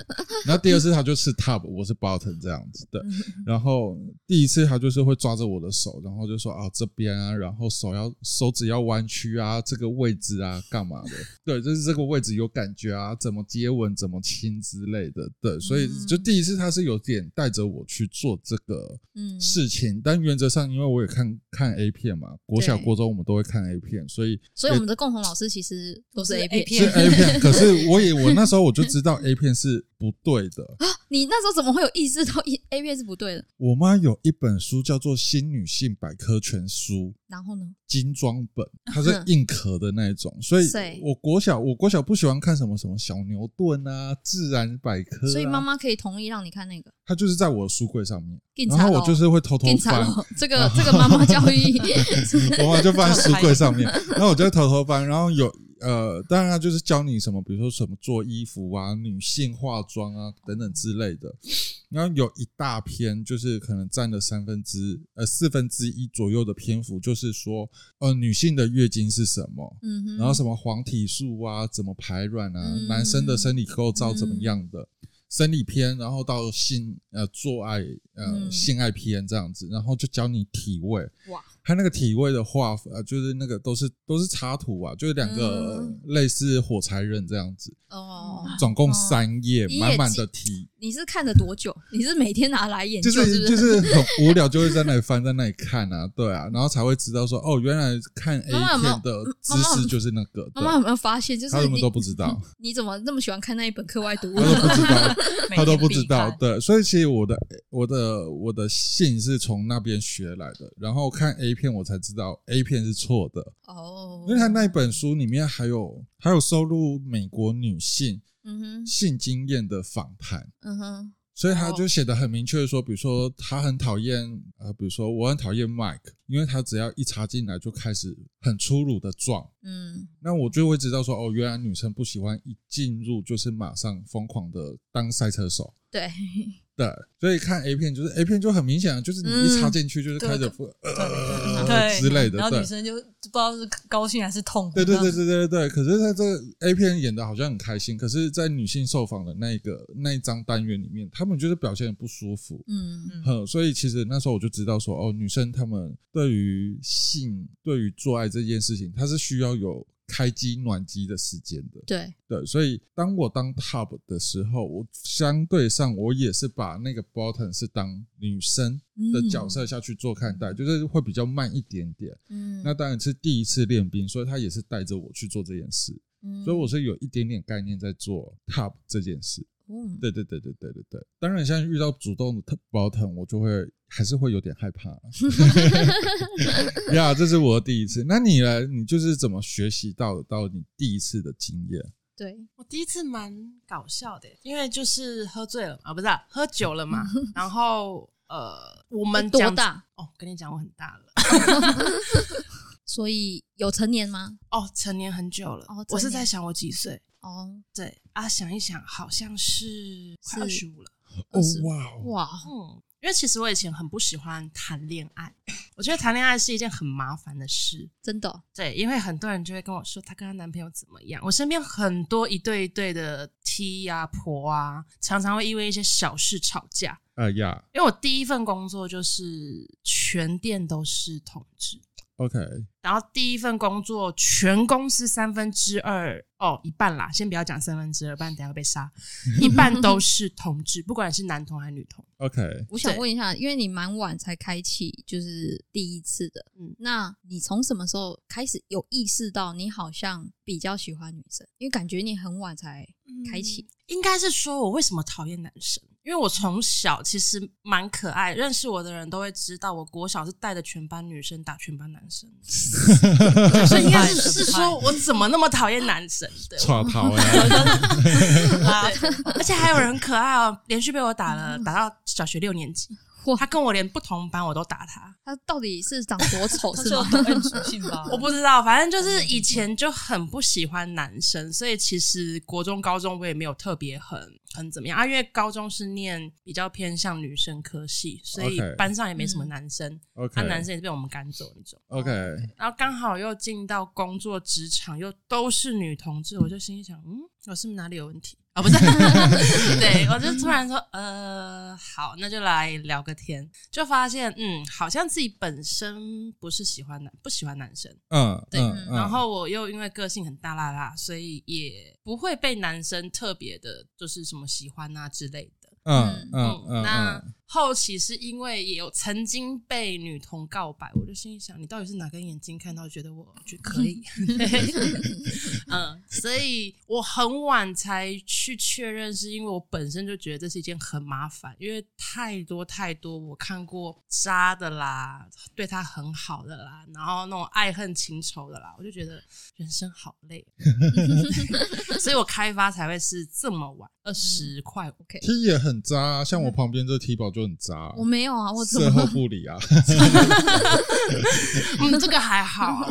B: 然后第二次他就是 top，我是 bottom 这样子的，然后第一次他就是会抓着我的手，然后就说啊这边啊，然后手要手指要弯曲啊，这个位置啊干嘛的？对，就是这个位置有感觉啊，怎么接吻，怎么亲之类的。对，所以就第一次他是有点带着我去做这个
A: 嗯
B: 事情，但原则上因为我也看看 A 片嘛，国小
A: 对
B: 国中我们都会看 A 片，所以
A: 所以我们的共同老师其实都是
D: 都是
A: A 片。
B: 是 A 片。可是我也我那时候我就知道 A 片是不对的，
A: 你那时候怎么会有意识到 E- A- A 片是不对的？
B: 我妈有一本书叫做《新女性百科全书》。
A: 然后呢？
B: 精装本，它是
A: 嗯
B: 硬壳的那一种，所以
A: 对
B: 我国小我国小不喜欢看什么什么小牛顿啊、自然百科、啊，
A: 所以妈妈可以同意让你看那个。
B: 她就是在我的书柜上面，
A: 警
B: 然
A: 察
B: 后
A: 咯
B: 我就是会偷偷
A: 警察
B: 翻，
A: 咯，这 个这个妈妈教育，
B: 我妈就放在书柜上面，然后我就会偷偷翻，然后有呃，当然他就是教你什么，比如说什么做衣服啊、女性化妆啊等等之类的。然后有一大篇，就是可能占了三分之呃四分之一左右的篇幅，就是说呃女性的月经是什么，
A: 嗯哼，
B: 然后什么黄体素啊，怎么排卵啊，
A: 嗯
B: 男生的生理构造怎么样的。生理篇，然后到性呃做爱呃、
A: 嗯
B: 性爱篇这样子，然后就教你体位，
A: 哇，
B: 它那个体位的画，呃，就是那个都是都是插图啊，就是两个
A: 嗯
B: 类似火柴人这样子，
A: 哦，
B: 总共三页
A: 一，页
B: 满满
A: 几
B: 的题，
A: 你是看了多久？你是每天拿来研
B: 就
A: 究，是
B: 是
A: 不？
B: 就是是 很无聊，就会在那里翻，在那里看啊，对啊，然后才会知道说，哦，原来看 A
A: 妈妈有没有
B: 片的知
A: 妈妈
B: 识就是那个，
A: 妈妈有没有发现，就
B: 他
A: 是
B: 怎么
A: 你
B: 都不知道，
A: 你怎么那么喜欢看那一本课外读 物
B: 对，？他都不知道，
D: 每
B: 他都
D: 天
B: 不
D: 必
B: 知道
D: 看，
B: 对，所以其实我的我的我的性是从那边学来的，然后看 A 片我才知道 A 片是错的。
A: 哦，
B: 因为他那本书里面还有还有收录美国女性
A: 嗯哼，
B: 性经验的访谈，
A: 嗯哼，
B: 所以他就写的很明确说，比如说他很讨厌呃，比如说我很讨厌 Mike，因为他只要一插进来就开始很粗鲁的撞，
A: 嗯
B: 那我就会知道说哦，原来女生不喜欢一进入就是马上疯狂的当赛车手。
A: 对，
B: 对，所以看 A 片就是 A 片就很明显啊，就是你一插进去就是开始呃
D: 嗯对
B: 之类的，
D: 然后
B: 对
D: 女生就不知道是高兴还是痛苦，
B: 对对对
D: 这样
B: 对对对，可是他这个 A 片演的好像很开心，可是，在女性受访的那一个那一张单元里面，他们就是表现的不舒服。
A: 嗯
D: 嗯
B: 哼，所以其实那时候我就知道说，哦，女生她们对于性、对于做爱这件事情，它是需要有开机、暖机的时间的。
A: 对，
B: 对，所以当我当 top 的时候，我相对上我也是把那个 bottom 是当女生
A: 嗯
B: 的
E: 嗯
B: 角色下去做看待，就是会比较慢一点点。
A: 嗯，
B: 那当然是第一次练兵，所以他也是带着我去做这件事，
A: 嗯
B: 所以我是有一点点概念在做 top 这件事。
A: 嗯
B: 对对对对对对对，当然现在遇到主动的 bottom，我就会还是会有点害 怕。 呀，这是我第一次。那你呢？你就是怎么学习到的？到你第一次的经验？
A: 对，
E: 我第一次蛮搞笑的，因为就是喝醉了嘛，啊不是啊、喝酒了 嘛，然后呃，我们
A: 多
E: 讲
A: 大？
E: 哦，跟你讲，我很大了。
A: 所以有成年吗？
E: 哦，成年很久了。
A: 哦成
E: 我是
A: 年
E: 在想我几岁？
A: 哦，
E: 对啊，想一想，好像是快二
A: 是
E: 十五了。
B: 哦
A: 二十
B: 哇哦，
A: 哇，
E: 嗯，因为其实我以前很不喜欢谈恋爱，我觉得谈恋爱是一件很麻烦的事。
A: 真的哦，
E: 对，因为很多人就会跟我说她跟她男朋友怎么样。我身边很多一对一对的 T 啊婆啊，常常会因为一些小事吵架。
B: 哎呀
E: 因为我第一份工作就是全店都是同志，
B: ，OK，
E: 然后第一份工作，全公司三分之二哦，一半啦，先不要讲三分之二，不然等下会被杀。一半都是同志，不管是男同还是女同。
B: OK，
A: 我想
E: 对
A: 问一下，因为你蛮晚才开启，就是第一次的，
E: 嗯
A: 那你从什么时候开始有意识到你好像比较喜欢女生？因为感觉你很晚才开启，
E: 应该是说我为什么讨厌男生？因为我从小其实蛮可爱，认识我的人都会知道，我国小是带着全班女生打全班男生，所以应该是是说我怎么那么讨厌男生？对，
B: 耍啊逃 呀，
D: 拉
E: 而且还有人很可爱哦，连续被我打了，打到小学六年级
A: 哇。
E: 他跟我连不同班我都打他，
A: 他到底是长多 丑
D: 他
A: 是
D: 是有
A: 吗？
D: 讨 厌属性吧？
E: 我不知道，反正就是以前就很不喜欢男生，所以其实国中、高中我也没有特别很很怎么样啊，因为高中是念比较偏向女生科系，所以
B: OK
E: 班上也没什么男生，
B: ，OK，哦
E: 啊，男生也是被我们赶走那种。
B: ，OK，
E: 然后刚好又进到工作职场，又都是女同志，我就心里想，嗯，我是不是哪里有问题啊？不是， 对我就突然说，呃，好，那就来聊个天，就发现，嗯，好像自己本身不是喜欢男，不喜欢男生。
B: 嗯，
E: 哦对
B: 嗯，嗯
E: 然后我又因为个性很大啦啦，所以也不会被男生特别的，就是什么喜欢啊之类的。
B: 嗯
A: 哦
B: 嗯嗯
E: 那
B: 嗯，
E: 后期是因为也有曾经被女同告白，我就心里想，你到底是哪根眼睛看到觉得我觉得可 以？嗯，所以我很晚才去确认，是因为我本身就觉得这是一件很麻烦，因为太多太多我看过渣的啦，对他很好的啦，然后那种爱恨情仇的啦，我就觉得人生好累，啊 所以我开发才会是这么晚，二
B: 嗯
E: 十块 OK。
B: T 也很渣啊，像我旁边这 T 宝就很渣啊，
A: 我没有啊，我怎
B: 事
A: 么
B: 后不理啊，
E: 嗯，这个还好，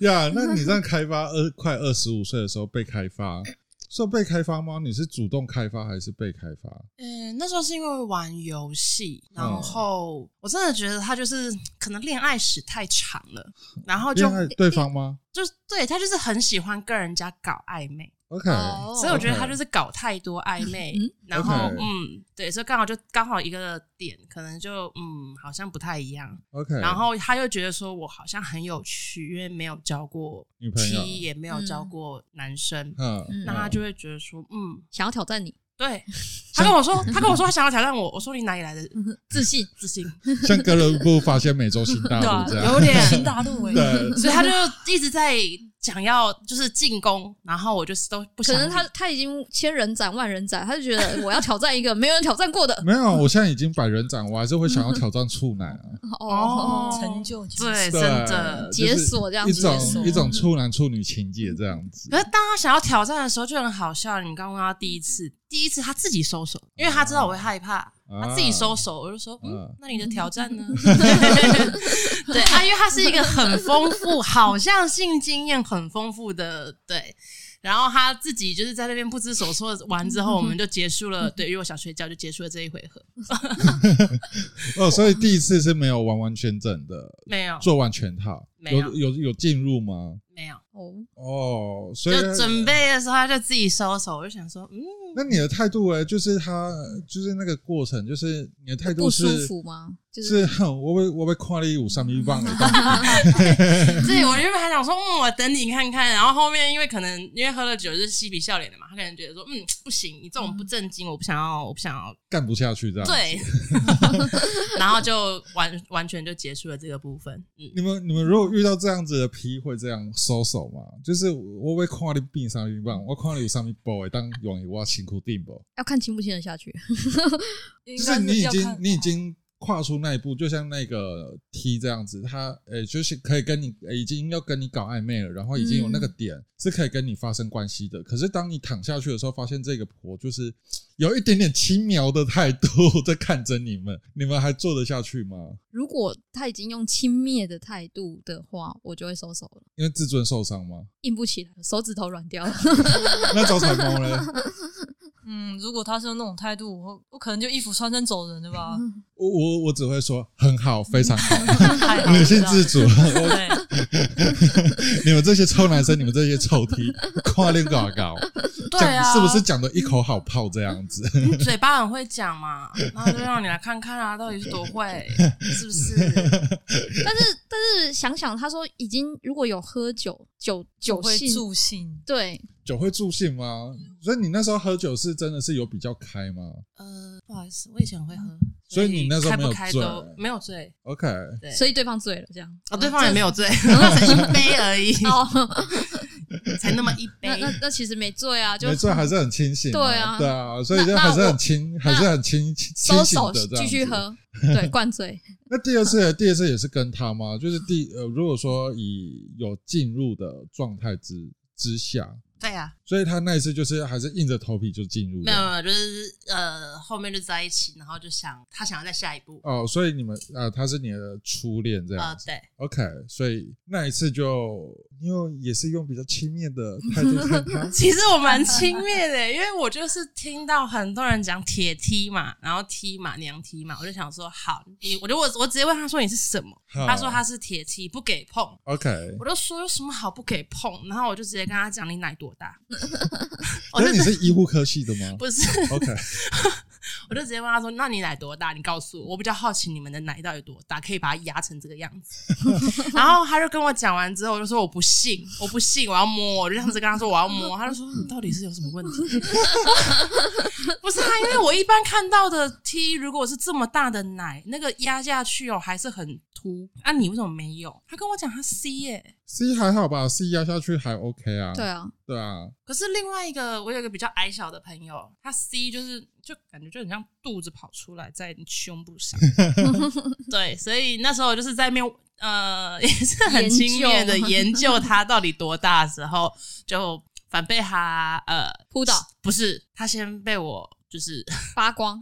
B: 呀那你让开发二快二十五岁的时候被开发，算被开发吗？你是主动开发还是被开发？
E: 嗯，那时候是因为玩游戏，然后我真的觉得他就是可能恋爱史太长了，然后就
B: 嗯恋爱对方吗
E: 就是对他就是很喜欢跟人家搞暧昧，
B: ？OK，
A: 哦
E: 所以我觉得
B: OK
E: 他就是搞太多暧昧
A: 嗯，
E: 然后
B: OK
E: 嗯，对，所以刚好就刚好一个点，可能就嗯好像不太一样，
B: OK，
E: 然后他又觉得说我好像很有趣，因为没有交过
B: 女朋友
E: T，也没有交过男生，
B: 嗯
A: 嗯
E: 那他就会觉得说嗯。
A: 想要挑战你，
E: 对他跟我说，他跟我说他想要挑战我，我说你哪里来的
A: 自信，
E: 自信？
B: 像哥伦布发现美洲新大
D: 对啊
B: 陆这样，
E: 有点，
D: 新大陆哎、
B: 对，
E: 所以他就一直在想要就是进攻，然后我就是都不
A: 可
E: 想理。
A: 能他他已经千人斩万人斩，他就觉得我要挑战一个没有人挑战过的
B: 没有，我现在已经百人斩，我还是会想要挑战处男啊，
A: 哦，
D: 成就其实
E: 对，
B: 对
E: 真的。
B: 就
A: 解
B: 是
A: 锁这样
B: 一
A: 子
B: 种
A: 解锁
B: 一种处男处女情节这样子
E: 可。是当他想要挑战的时候，就很好笑。你刚刚问他第一次，第一次他自己收手，因为他知道我会害怕，
B: 啊
E: 他自己收手。我就说，嗯
B: 啊，
E: 那你的挑战呢？ 对，他因为他是一个很丰富，好像性经验很丰富的，对。然后他自己就是在那边不知所措，完之后我们就结束了。对，因为我想睡觉，就结束了这一回合。
B: 哦，所以第一次是没有完完全整的
E: 没有，
B: 做完全套，
E: 哦没有
B: 有有有进入吗？
E: 没有，
A: 哦，
B: 哦，所以
E: 就准备的时候他就自己收手。我就想说，嗯，
B: 那你的态度哎，就是他就是那个过程，就是你的态度
A: 不
B: 是
A: 舒服吗？就是
B: 是哼我被我被跨了一五上一棒 的，
E: 对，我原本还想说，嗯，我等你看看。然后后面因为可能因为喝了酒就是嬉皮笑脸的嘛，他可能觉得说，嗯，不行，你这种不正经，我不想要，我不想要。
B: 干不下去这样。，
E: 对，然后就完完全就结束了这个部分。嗯，
B: 你们你们如果遇到这样子的 P 会这样收手吗？就是我被跨了病上一棒，我跨了有上一波哎，当容易我辛苦定不？
A: 要看亲不亲得下去，
D: 应
B: 就
D: 该
B: 是你已
D: 要
B: 经
D: 看
B: 你已经跨出那一步，就像那个 T 这样子，他呃、就是可以跟你、呃已经要跟你搞暧昧了，然后已经有那个
D: 嗯
B: 点是可以跟你发生关系的。可是当你躺下去的时候，发现这个婆就是有一点点轻描的态度在看着你们， 你们还做得下去吗？
A: 如果他已经用轻蔑的态度的话，我就会收手了，
B: 因为自尊受伤吗？
A: 硬不起来，手指头软掉了。
B: 那招财猫呢？
D: 嗯，如果他是用那种态度，我我可能就衣服穿身走人的吧。
A: 嗯
B: 我我我只会说很好，非常好，
D: 太 好了
B: 女性自主。
D: 对，
B: 你们这些臭男生，你们这些臭 T，跨恋搞搞。
E: 对
B: 讲
E: 啊，
B: 是不是讲的一口好炮这样子？
E: 你嗯嘴巴很会讲嘛？然后就让你来看看啊，到底是多 会，是不是？
A: 但是但是想想，他说已经如果有喝酒酒酒
D: 会
A: 性，
D: 助兴。
A: 对，
B: 酒会助兴吗？所以你那时候喝酒是真的是有比较开吗
E: 呃，不好意思，我以前会喝，
B: 所以你那时候
E: 开
B: 没有
E: 不开
B: 醉
E: 都没有醉，
B: ？OK，
E: 对，
A: 所以对方 醉了这 样。
E: 哦，对方也没有醉，那是一杯而已，
A: 哦，
E: 才那么一
A: 那
E: 杯
A: 那。那其实没醉啊，就
B: 没醉还是很清醒、
A: 对啊
B: 对啊，所以就
A: 那
B: 还是
A: 那我
B: 很清，还是很清清
A: 收
B: 清醒
A: 手
B: 的这样子。
A: 继续喝，对，灌 醉。
B: 那第二次呢，第二次也是跟他吗？就是第呃，如果说以有进入的状态之之下，
E: 对啊，
B: 所以他那一次就是还是硬着头皮就进入
E: 没有
B: 了。
E: 没有，就是呃后面就在一起，然后就想他想要再下一步，
B: 哦，啊所以你们啊、呃，他是你的初恋这样
E: 呃
B: 子。
E: 对，，
B: OK，所以那一次就因为也是用比较轻蔑的态度 看他
E: 其实我蛮轻蔑的， 因为我就是听到很多人讲铁梯嘛，然后梯嘛娘梯嘛，我就想说好，你我就我我直接问他说你是什么，
B: 好
E: 他说他是铁梯，不给碰。
B: OK，
E: 我就说有什么好不给碰，然后我就直接跟他讲你奶多大，
A: 哦
E: 我
B: 那
E: 就
B: 你是医护科系的吗
E: 不是，
B: ？OK，
E: 我就直接问他说：“那你奶多大？你告诉我，我比较好奇你们的奶到底有多大，可以把它压成这个样子。” 然后他就跟我讲完之后，我就说：“我不信，我不信，我要摸。”我就这样子跟他说：“我要摸。”他就说：“嗯你到底是有什么问题？” 不是啊，因为我一般看到的 T，如果是这么大的奶，那个压下去哦，还是很凸。啊，你为什么没有？他跟我讲他 C 耶、
B: ，C 还好吧，C 压下去还 OK 啊，
A: 对啊，
B: 对啊，
E: 可是另外一个，我有一个比较矮小的朋友，他 C 就是就感觉就很像肚子跑出来在你胸部上，对，所以那时候我就是在面呃 也是很轻蔑的研究他到底多大的时候，就反被他呃
A: 扑倒，
E: 不是他先被我就是
A: 发光，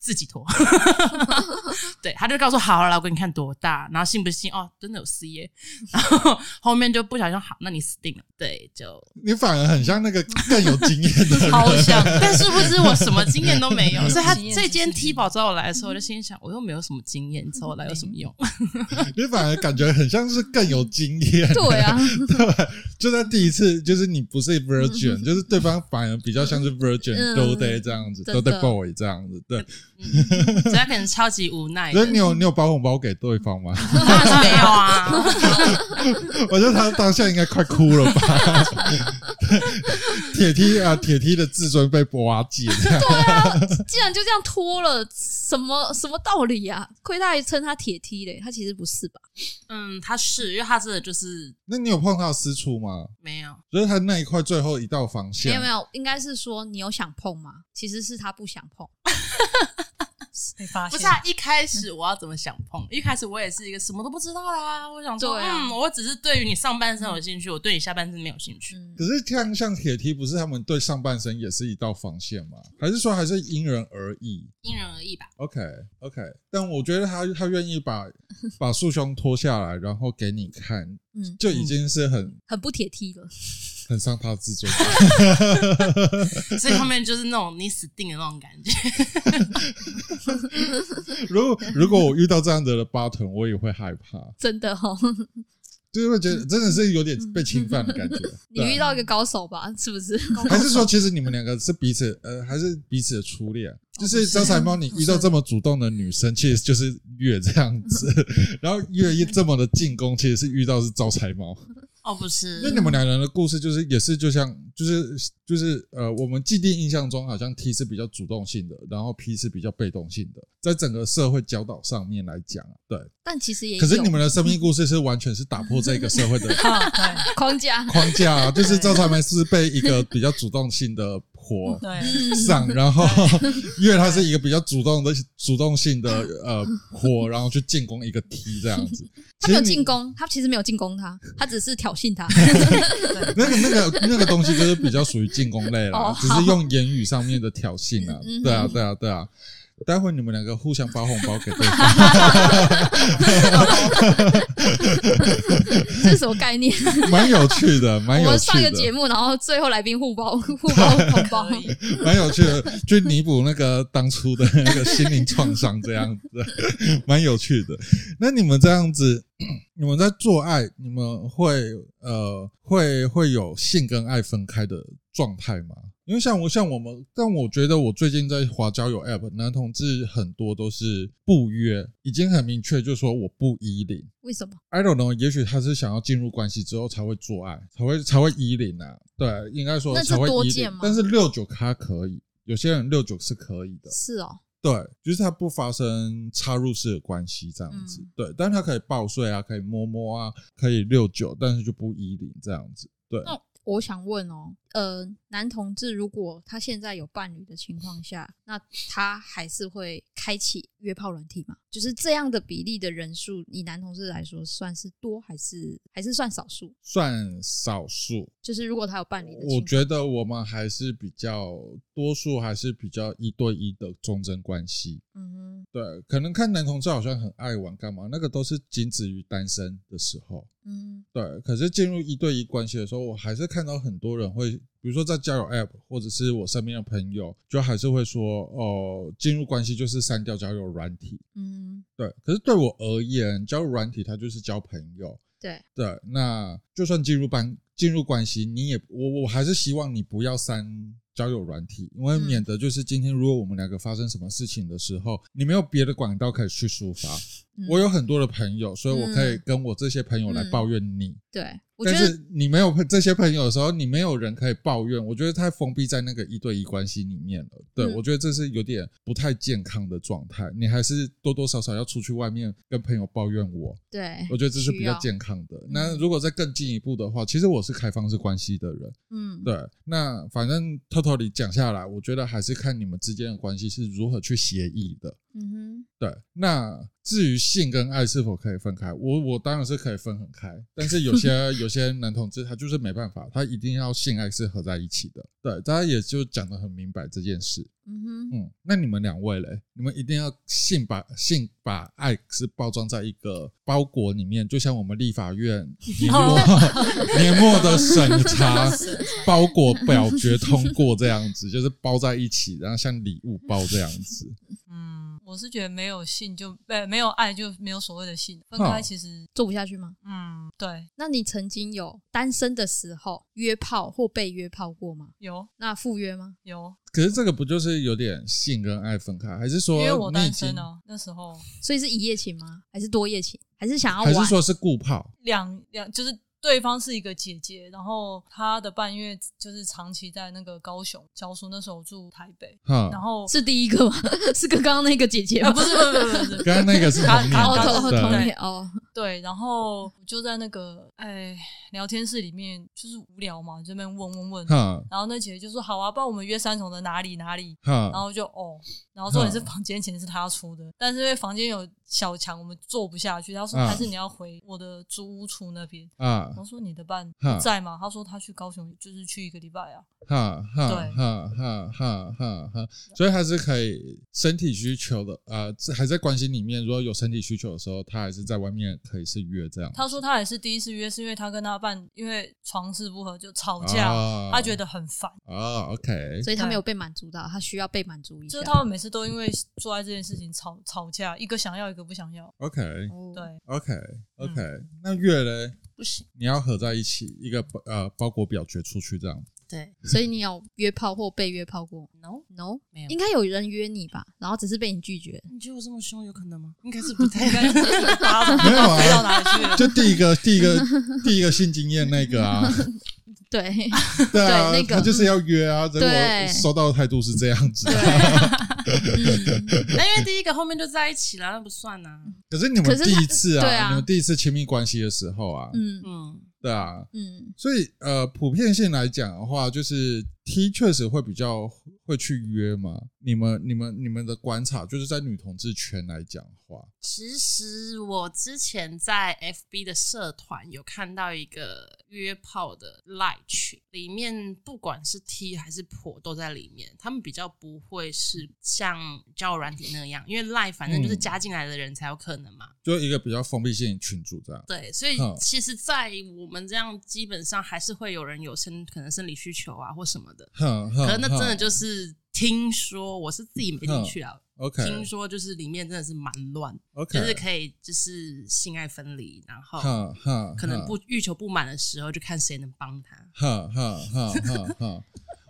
E: 自己脱。 对，他就告诉我好了，我给你看多大，然后信不信？哦，真的有撕耶。 然后后面就不小心说好，那你死定了。对，就
B: 你反而很像那个更有经验的 人。
D: 超像，
E: 但殊不知我什么经验都 没有，所以他
D: 经验
E: 这
D: 之
E: 间
D: 谈
E: 踢保找我来的时候，我就心里想，我又没有什么经验，找我来有什么用？
B: 你反而感觉很像是更有经验，
A: 对啊，
B: 对，就在第一次，就是你不是 virgin，、就是 对方反而比较像是 virgin，、
A: 嗯
B: 都得这样子，
A: 真
B: 都
A: 的
B: 得 boy 这样子，对。
E: 嗯， 所以他可能超级无奈的
B: 所以。你有你有包红包给对方吗？
E: 当然是没有啊，
B: 我觉得他当下应该快哭了吧。 铁梯啊，铁梯的自尊被瓦解，这样
A: 既然就这样拖了，什么什么道理啊？亏他还称他铁梯嘞，他其实不是吧？
E: 嗯，他是因为他真的就是
B: 那你有碰到私处吗？
E: 没有，
B: 就是他那一块最后一道防线，
A: 没有没有，应该是说你有想碰吗？其实是他不想碰，
D: 被发
E: 不
D: 现
E: 是啊，一开始我要怎么想碰？一开始我也是一个什么都不知道啦。我想说，
A: 对啊
E: 嗯，我只是对于你上半身有兴趣，我对你下半身没有兴趣。
A: 嗯
B: 可，是像像铁梯，不是他们对上半身也是一道防线吗？还是说还是因人而异
E: 因人而异吧。
B: ？OK OK，但我觉得他他愿 意把把束胸脱下来，然后给你看，
A: 嗯
B: 就已经是很
A: 很不铁梯了。
B: 很伤他的自尊。
E: 所以后面就是那种你死定的那种感觉。
B: 如果如果我遇到这样子的 button，我也会害怕，
A: 真的哦，
B: 就是会觉得真的是有点被侵犯的 感觉。
A: 嗯你
B: 对啊
A: 遇到一个高手吧，是不 是？
B: 还是说，其实你们两个是彼此呃， 还是彼此的初恋？
A: 哦
B: 就是
A: 啊
B: 招财猫，你遇到这么主动的女生，其实就是月这样子， 然后月一这么的进攻，其实是遇到是招财猫。
A: 嗯
E: 哦，不
B: 那
E: 是，
B: 你们两人的故事，就是也是就像就是就是呃，我们既定印象中好像 T 是比较主动性的，然后 P 是比较被动性的，在整个社会教导上面来讲，啊对。
A: 但其实也有
B: 可是你们的生命故事是完全是打破这个社会的
D: 啊，对
A: 框 架，
B: 框架、啊，就是招财猫是被一个比较主动性的 婆
D: 对，
B: 上，然后 因为他是一个比较主动的、主动性的呃火，然后去进攻一个 T 这样子。
A: 他没有
B: 其实你
A: 进，攻，他其实没有进攻他，他只是挑衅他。
B: 那个那个那个东西就是比较属于进攻类啦
A: 哦，
B: 只是用言语上面的挑衅啊
A: 嗯。
B: 对啊，对啊，对啊。待会你们两个互相包红包给对方。
A: 这是什么概念？
B: 蛮有趣的，蛮
A: 我
B: 有
A: 们上
B: 趣
A: 一个节
B: 的，
A: 目，然后最后来宾互包互包红 包
D: 可，以
B: 蛮有趣的，去弥补那个当初的那个心灵创伤，这样子，蛮有趣的。那你们这样子，你们在做爱，你们会呃会会有性跟爱分开的状态吗？因为像我像我们，但我觉得我最近在华交友 App，男同志很多都是不约，已经很明确，就说我不依零。
A: 为什么？
B: I don't know，也许他是想要进入关系之后才会做爱，才会才会依恋啊。对，应该说
A: 那是
B: 才会
A: 多
B: 依
A: 见
B: 恋
A: 吗。
B: 但是六九他可以，有些人六九是可以的。
A: 是哦，
B: 对，就是他不发生插入式的关系这样子。
A: 嗯
B: 对，但是他可以抱睡啊，可以摸摸啊，可以六九，但是就不依恋这样子。对，
A: 那我想问哦，呃，男同志如果他现在有伴侣的情况下，那他还是会开启约炮软体吗？就是这样的比例的人数，以男同志来说，算是多还是还是算少数？
B: 算少数。
A: 就是如果他有伴侣的情况，
B: 我觉得我们还是比较多数，还是比较一对一的忠贞关系。
A: 嗯哼
B: 对，可能看男同志好像很爱玩干嘛，那个都是仅止于单身的时候。
A: 嗯
B: 对，可是进入一对一关系的时候，我还是看到很多人会，比如说在交友 App 或者是我身边的朋友，就还是会说，哦、进入关系就是删掉交友软体。
A: 嗯，
B: 对，可是对我而言，交友软体它就是交朋友。
A: 对，
B: 对，那就算进入班进入关系，你也我我还是希望你不要删交友软体，因为
A: 嗯
B: 免得就是今天如果我们两个发生什么事情的时候，你没有别的管道可以去抒发。
A: 嗯
B: 我有很多的朋友，所以我可以跟我这些朋友来
A: 嗯
B: 抱怨你。
A: 对，我觉
B: 但
A: 得
B: 是你没有这些朋友的时候，你没有人可以抱怨，我觉得太封闭在那个一对一关系里面了。对、
A: 嗯
B: 我觉得这是有点不太健康的状态，你还是多多少少要出去外面跟朋友抱怨我。
A: 对，
B: 我觉得这是比
A: 需
B: 较
A: 要嗯
B: 健康的。那如果再更进一步的话，其实我是开放式关系的人，
A: 嗯，
B: 对。那反正 totally 讲下来，我觉得还是看你们之间的关系是如何去协议的。
A: 嗯哼，
B: 对， 那至于性跟爱是否可以分开，我我当然是可以分很开，但是有些有有些男同志他就是没办法，他一定要性爱是合在一起的。对，大家也就讲得很明白这件事。
A: 嗯哼，
B: 嗯，那你们两位嘞？你们一定要性把性把爱是包装在一个包裹里面，就像我们立法 院年末年末的审查包裹表决通过这样子，就是包在一起，然后像礼物包这样子。
D: 嗯，我是觉得没有性就呃没有爱就没有所谓的性，分开其实
A: 做不下去吗？
D: 嗯对
A: 那你曾经有单身的时候约炮或被约炮过吗？
D: 有
A: 那赴约吗？
D: 有，
B: 可是这个不就是有点性跟爱分开，还是说
D: 因为我
B: 你已
D: 单身
B: 经
D: 啊，那时候
A: 所以是一夜情吗？还是多夜情？还是想要
B: 还
A: 玩？
B: 是说是固炮？
D: 两两就是。对方是一个姐姐，然后她的伴月就是长期在那个高雄教书，那时候我住台北，
B: 哈，
D: 然后
A: 是第一个吗？是跟刚刚那个姐姐
D: 啊
A: 吗？
D: 不是不是不是不 是，
B: 刚刚那个 是
D: 他
B: 童年
D: 他
A: 哦，
D: 他
B: 的
A: 同
B: 对
A: 同年哦，
D: 对，然后我就在那个哎聊天室里面，就是无聊嘛，这边问问问，
B: 哈
D: 然后那姐姐就说好啊，帮我们约三重的哪里哪里，然
B: 哈，
D: 后就哦，然后重点是
B: 嗯
D: 房间钱是他出的，但是因为房间有小强，我们做不下去，他说
B: 嗯
D: 还是你要回我的租屋处那边。
B: 啊
D: 我说你的伴
B: 嗯
D: 不在吗？他说他去高雄，就是去一个礼拜啊。
B: 哈哈
D: 对
B: 哈哈哈哈哈，所以他是可以身体需求的，呃，这还在关系里面，如果有身体需求的时候，他还是在外面可以是约这样。
D: 他说他也是第一次约，是因为他跟他伴因为床事不合就吵架，
B: 哦
D: 他觉得很烦。
B: 哦，OK，
A: 所以他没有被满足到，他需要被满足一下。
D: 就是他们每次都因为做爱这件事情吵吵架，一个想要，一个不想要。
B: OK
A: 哦
D: 对，
B: OK OK，那月嘞，
E: 不行，
B: 你要合在一起，一个呃包裹表决出去这样。
E: 对
A: 所以你有约炮或被约炮过
E: ，no，
A: ？No，
E: 没有
A: 应该有人约你吧，然后只是被你拒绝。
E: 你觉得我这么凶有可 能吗？应该是不太
D: 应该 就是把他
B: 没有啊
D: 飞到哪里去了？
B: 就第一个第一个第一个性经验那个啊，
A: 对，
B: 对啊，
A: 对那个
B: 他就是要约啊，结果
A: 对
B: 收到的态度是这样子的。
E: 那因为第一个后面就在一起了，那不算啊呐、
B: 可是你们
A: 可是
B: 第
A: 他
B: 一次
A: 对
B: 啊，
A: 啊
B: 你们第一次亲密关系的时候啊，
A: 嗯
E: 嗯，
B: 对啊，
A: 嗯，
B: 所以呃，普遍性来讲的话，就是 T 确实会比较会去约嘛。你们、你们、你们的观察，就是在女同志圈来讲的话，
E: 其实我之前在 FB 的社团有看到一个约炮的赖群，里面不管是 T 还是婆都在里面，他们比较不会是像交友软体那样，因为赖反正就是
B: 嗯
E: 加进来的人才有可能嘛。
B: 就一个比较封闭性群组这样。
E: 对，所以
B: 嗯
E: 其实，在我们这样，基本上还是会有人有生可能生理需求啊或什么的。
B: 哼哼，
E: 可能那真
B: 嗯
E: 的就是是听说，我是自己没进去啊。
B: OK
E: 听说就是里面真的是蛮乱，
B: OK，嗯
E: 就是可以就是性爱分离，然后
B: 哼哼，
E: 可能不欲求不满的时候，就看谁能帮他。
B: 哼哼哼哼哼。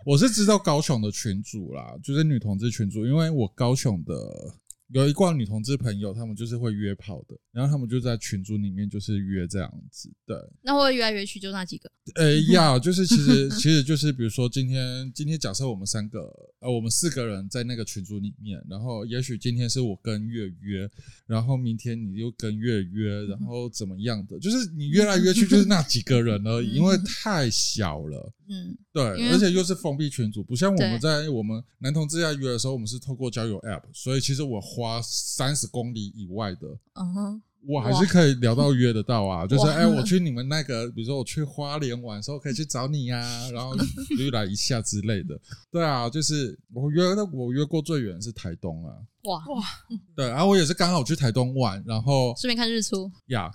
B: 我是知道高雄的群主啦，就是女同志群主，因为我高雄的有一罐女同志朋友，他们就是会约炮的，然后他们就在群组里面就是约这样子，对。
A: 那会约来约去就那几个。
B: 呃，要就是其实其实就是比如说今天今天假设我们三个呃我们四个人在那个群组里面，然后也许今天是我跟月约，然后明天你又跟月约，然后怎么样的，就是你约来约去就是那几个人而已，因为太小了。
A: 嗯，
B: 对，
A: 因为
B: 而且又是封闭群组，不像我们
A: 对
B: 在我们男同志要约的时候，我们是透过交友 App，所以其实我花三十公里以外的，
A: 嗯哼，
B: 我还是可以聊到约得到啊，就是
A: 哇
B: 哎、我去你们那个，比如说我去花莲玩的时候，可以去找你呀、 然后就来一下之类的。对啊，就是我约的，我约过最远是台东啊。
A: 哇，
B: 对，然、后我也是刚好去台东玩，然后
A: 顺便看日出。
B: 呀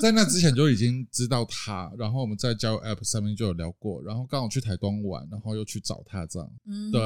B: 在那之前就已经知道他，然后我们在交友 App 上面就有聊过，然后刚好去台东玩，然后又去找他这样。
A: 嗯，
B: 对，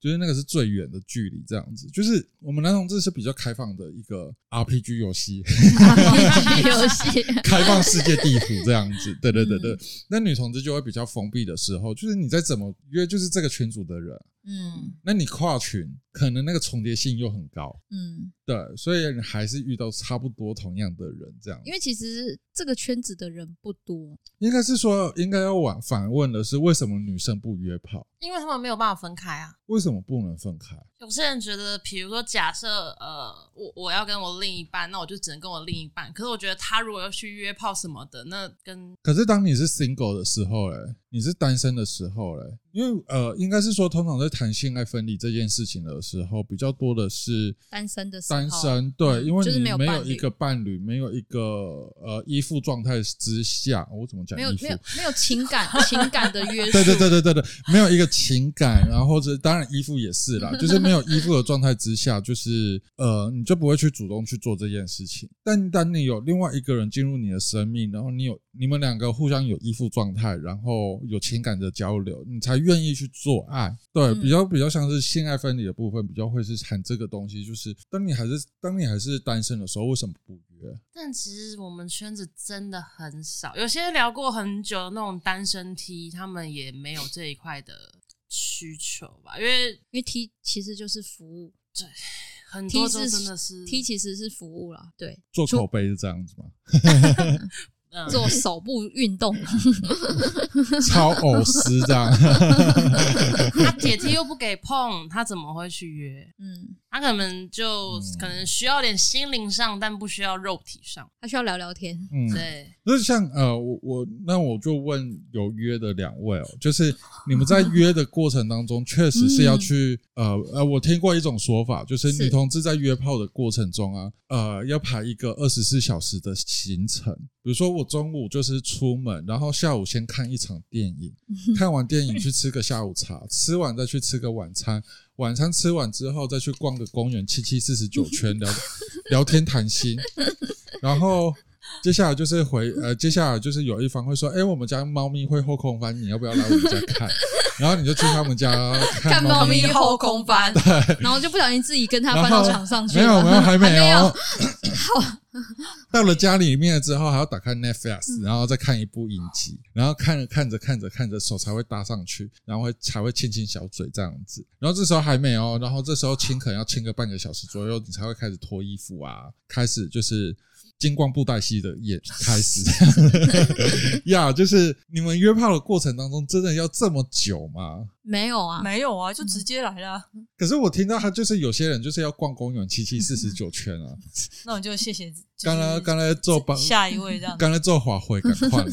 B: 就是那个是最远的距离，这样子。就是我们男同志是比较开放的一个 RPG 游戏，
A: 游戏。
B: 开放世界地图这样 子，对对对
A: 嗯
B: 对。那女同志就会比较封闭的时候，就是你再怎么约，就是这个群组的人，
A: 嗯
B: 那你跨群可能那个重叠性又很高，
A: 嗯，
B: 对，所以你还是遇到差不多同样的人这样。
A: 因为其实这个圈子的人不多。
B: 应该是说，应该要反反问的是，为什么女生不约炮？
E: 因为他们没有办法分开啊。
B: 为什么不能分开？
E: 有些人觉得，比如说假设呃，我我要跟我另一半，那我就只能跟我另一半。可是我觉得他如果要去约炮什么的，那跟
B: 可是当你是 single 的时候，嘞，你是单身的时候，嘞，因为呃，应该是说，通常在谈性爱分离这件事情的时候，比较多的是
A: 单身的时嗯
B: 单
D: 候
B: 身，对，因为
A: 就是
B: 你
A: 没有
B: 没
A: 伴
B: 有一
A: 侣
B: 个伴侣，没有一个呃依附状态之下，我怎么讲
A: 没有
B: 依附
A: 没有？没有情感情感的约束，
B: 对对对对对对，没有一个情感，然后这当然依附也是啦，就是没有依附的状态之下，就是呃，你就不会去主动去做这件事情。但当你有另外一个人进入你的生命，然后你有你们两个互相有依附状态，然后有情感的交流，你才愿意去做爱。对，
A: 嗯
B: 比较比较像是性爱分离的部分，比较会是谈这个东西，就是当你还是当你还是单身的时候，为什么不约？
E: 但其实我们圈子真的很少，有些聊过很久那种单身 T，他们也没有这一块的需求吧，因为
A: 因为 T 其实就是服务
E: 很
A: ，T
E: 多都
A: 是
E: 真的是
B: 嗯
A: ，T 其实是服务啦，对，
B: 做口碑是这样子吗？
E: 嗯
A: 做手部运动，
B: 超偶师这样。
E: 他铁 T 又不给碰，他怎么会去约？
A: 嗯，
E: 他可能就
B: 嗯
E: 可能需要点心灵上，但不需要肉体上。
A: 他需要聊聊天，
B: 嗯，
E: 对，
B: 就是像呃，我我那我就问有约的两位哦，就是你们在约的过程当中，确实是要去、呃呃，我听过一种说法，就是
A: 是
B: 女同志在约炮的过程中啊，呃，要排一个二十四小时的行程。比如说我中午就是出门，然后下午先看一场电影，看完电影去吃个下午茶，吃完再去吃个晚餐，晚餐吃完之后再去逛个公园，七七四十九圈聊 聊天谈心，然后接下来就是回呃，接下来就是有一方会说，哎、我们家猫咪会后空翻，你要不要来我们家看？然后你就去他们家 看
A: 看猫
B: 咪
A: 咪，后空翻，然后就不小心自己跟他
B: 然
A: 翻到
B: 后
A: 床上去
B: 没有
A: 了，
B: 没有还没
A: 没有
B: 有。到了家里面之后，还要打开 Netflix，然
A: 嗯
B: 后再看一部影集，然后看着看着看着看着手才会搭上去，然后会才会亲亲小嘴这样子。然后这时候还没有，然后这时候亲可能要亲个半个小时左右，你才会开始脱衣服啊，开始就是。金光布袋戏的也开 始，呀 就是你们约炮的过程当中，真的要这么久吗？
A: 没有啊，
D: 没有啊，就直接来啦。
B: 可是我听到他就是有些人就是要逛公园七七四十九圈啊，
D: 那我就谢谢。就是
B: 刚才刚才做帮
D: 下一位这样，
B: 刚才做滑回，赶快。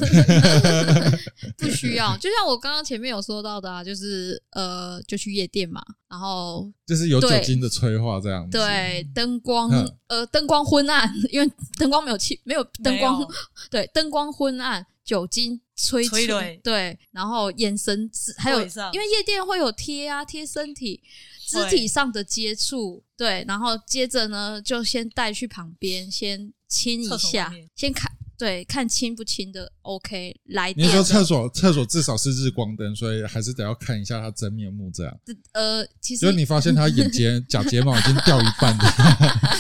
A: 不需要。就像我刚刚前面有说到的啊，就是呃，就去夜店嘛，然后
B: 就是有酒
A: 对
B: 精的催化这样子。
A: 对灯光
B: 嗯
A: 呃灯光昏暗， 因为灯光没有气，没有灯光
D: 没有
A: 对灯光昏暗，酒精催
D: 催
A: 促
D: 泪
A: 对，然后眼神是还有，
D: 会上
A: 因为夜店会有贴啊贴身体。肢
D: 会
A: 体上的接触，对，然后接着呢，就先带去旁边，先亲一
D: 厕所外
A: 下
D: 面，
A: 先看，对，看亲不亲的，OK，来
B: 你
A: 电
B: 说
A: 的
B: 厕所，厕所至少是日光灯，所以还是得要看一下他真面目这样。
A: 呃，其实
B: 就是你发现他眼睫假睫毛已经掉一半了，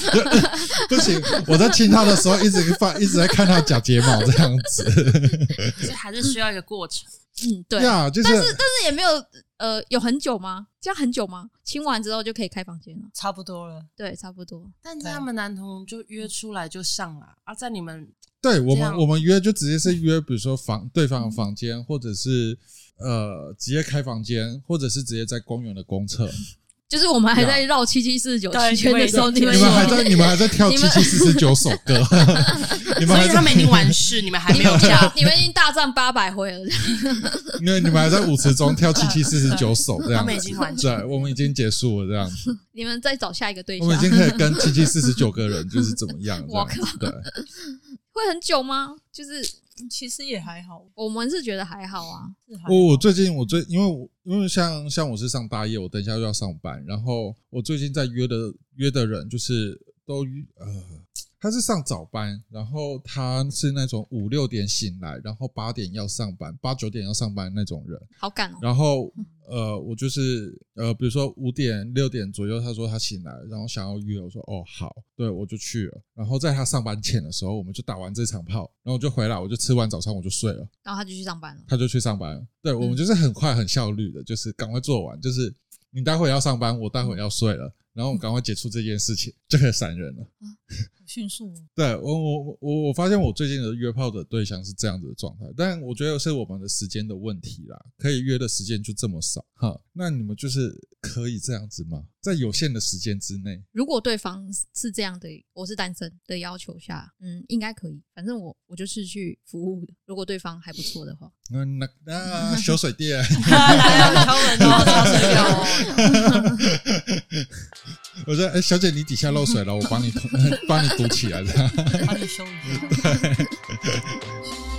B: 就 不行！我在亲他的时候一直发一直在看他假睫毛这样子。
E: 所以还是需要一个过程。
A: 嗯，对，
B: 呀，就是
A: 这也没有呃，有很久吗？这样很久吗？亲完之后就可以开房间了？
D: 差不多了。
A: 对，差不多。
E: 但是
D: 对
E: 他们男同就约出来就上了啊，在你们
B: 对我们
E: 这样
B: 我们约就直接是约，比如说房对方的房间，或者是呃直接开房间，或者是直接在公园的公厕。
A: 就是我们还
B: 对啊
A: 在绕七七四十九
D: 对
A: 圈的时候，
D: 你
A: 你
D: 们
A: 们
B: 你
A: 有
B: 们还在你们还在跳
A: 你
B: 七
A: 们
B: 七四十九首歌，你们
E: 所
B: 还
E: 以
B: 在
E: 他们已经完事，你们还没
A: 你们
E: 有
A: 已经。
E: 嫁
A: 你们已经大战八百回了，
B: 因 为你们还在舞池中跳七七四十九首这样子，
E: 他们已经完
B: 对，我们已经结束了这样子，
A: 你们再找下一个对
B: 我
A: 象，
B: 们已经可以跟七七四十九个人就是怎么样这
A: 我
B: 样
A: 靠
B: 子，对，
A: 会很久吗？就是
D: 其实也还好，
A: 我们是觉得还好啊，
D: 是还好
B: 我我最近我最因为我因为像像我是上大夜，我等一下就要上班，然后我最近在约的约的人就是都呃。他是上早班，然后他是那种五六点醒来，然后八点要上班，八九点要上班那种人。
A: 好感哦。
B: 然后呃，我就是呃，比如说五点六点左右，他说他醒来，然后想要约，我说哦好，对我就去了。然后在他上班前的时候，我们就打完这场炮，然后我就回来，我就吃完早餐我就睡了，
A: 然后他就去上班了，
B: 他就去上班了。对我们就是很快很效率的，就是赶快做完，就是你待会要上班，我待会要睡了，然后我们赶快结束这件事情，就可以闪人了。
D: 好迅速哦，
B: 对我我我我发现我最近的约炮的对象是这样子的状态，但我觉得是我们的时间的问题啦，可以约的时间就这么少哈。那你们就是可以这样子吗？在有限的时间之内，
A: 如果对方是这样的，我是单身的要求下，嗯，应该可以。反正我我就是去服务的。如果对方还不错的话，
B: 那嗯那那修水电，
D: 来啊，敲门哦，敲水表哦。
B: 我说：“哎、小姐，你底 下漏嗯水了，我帮你帮你堵起来。”这样。
D: 帮你修一下。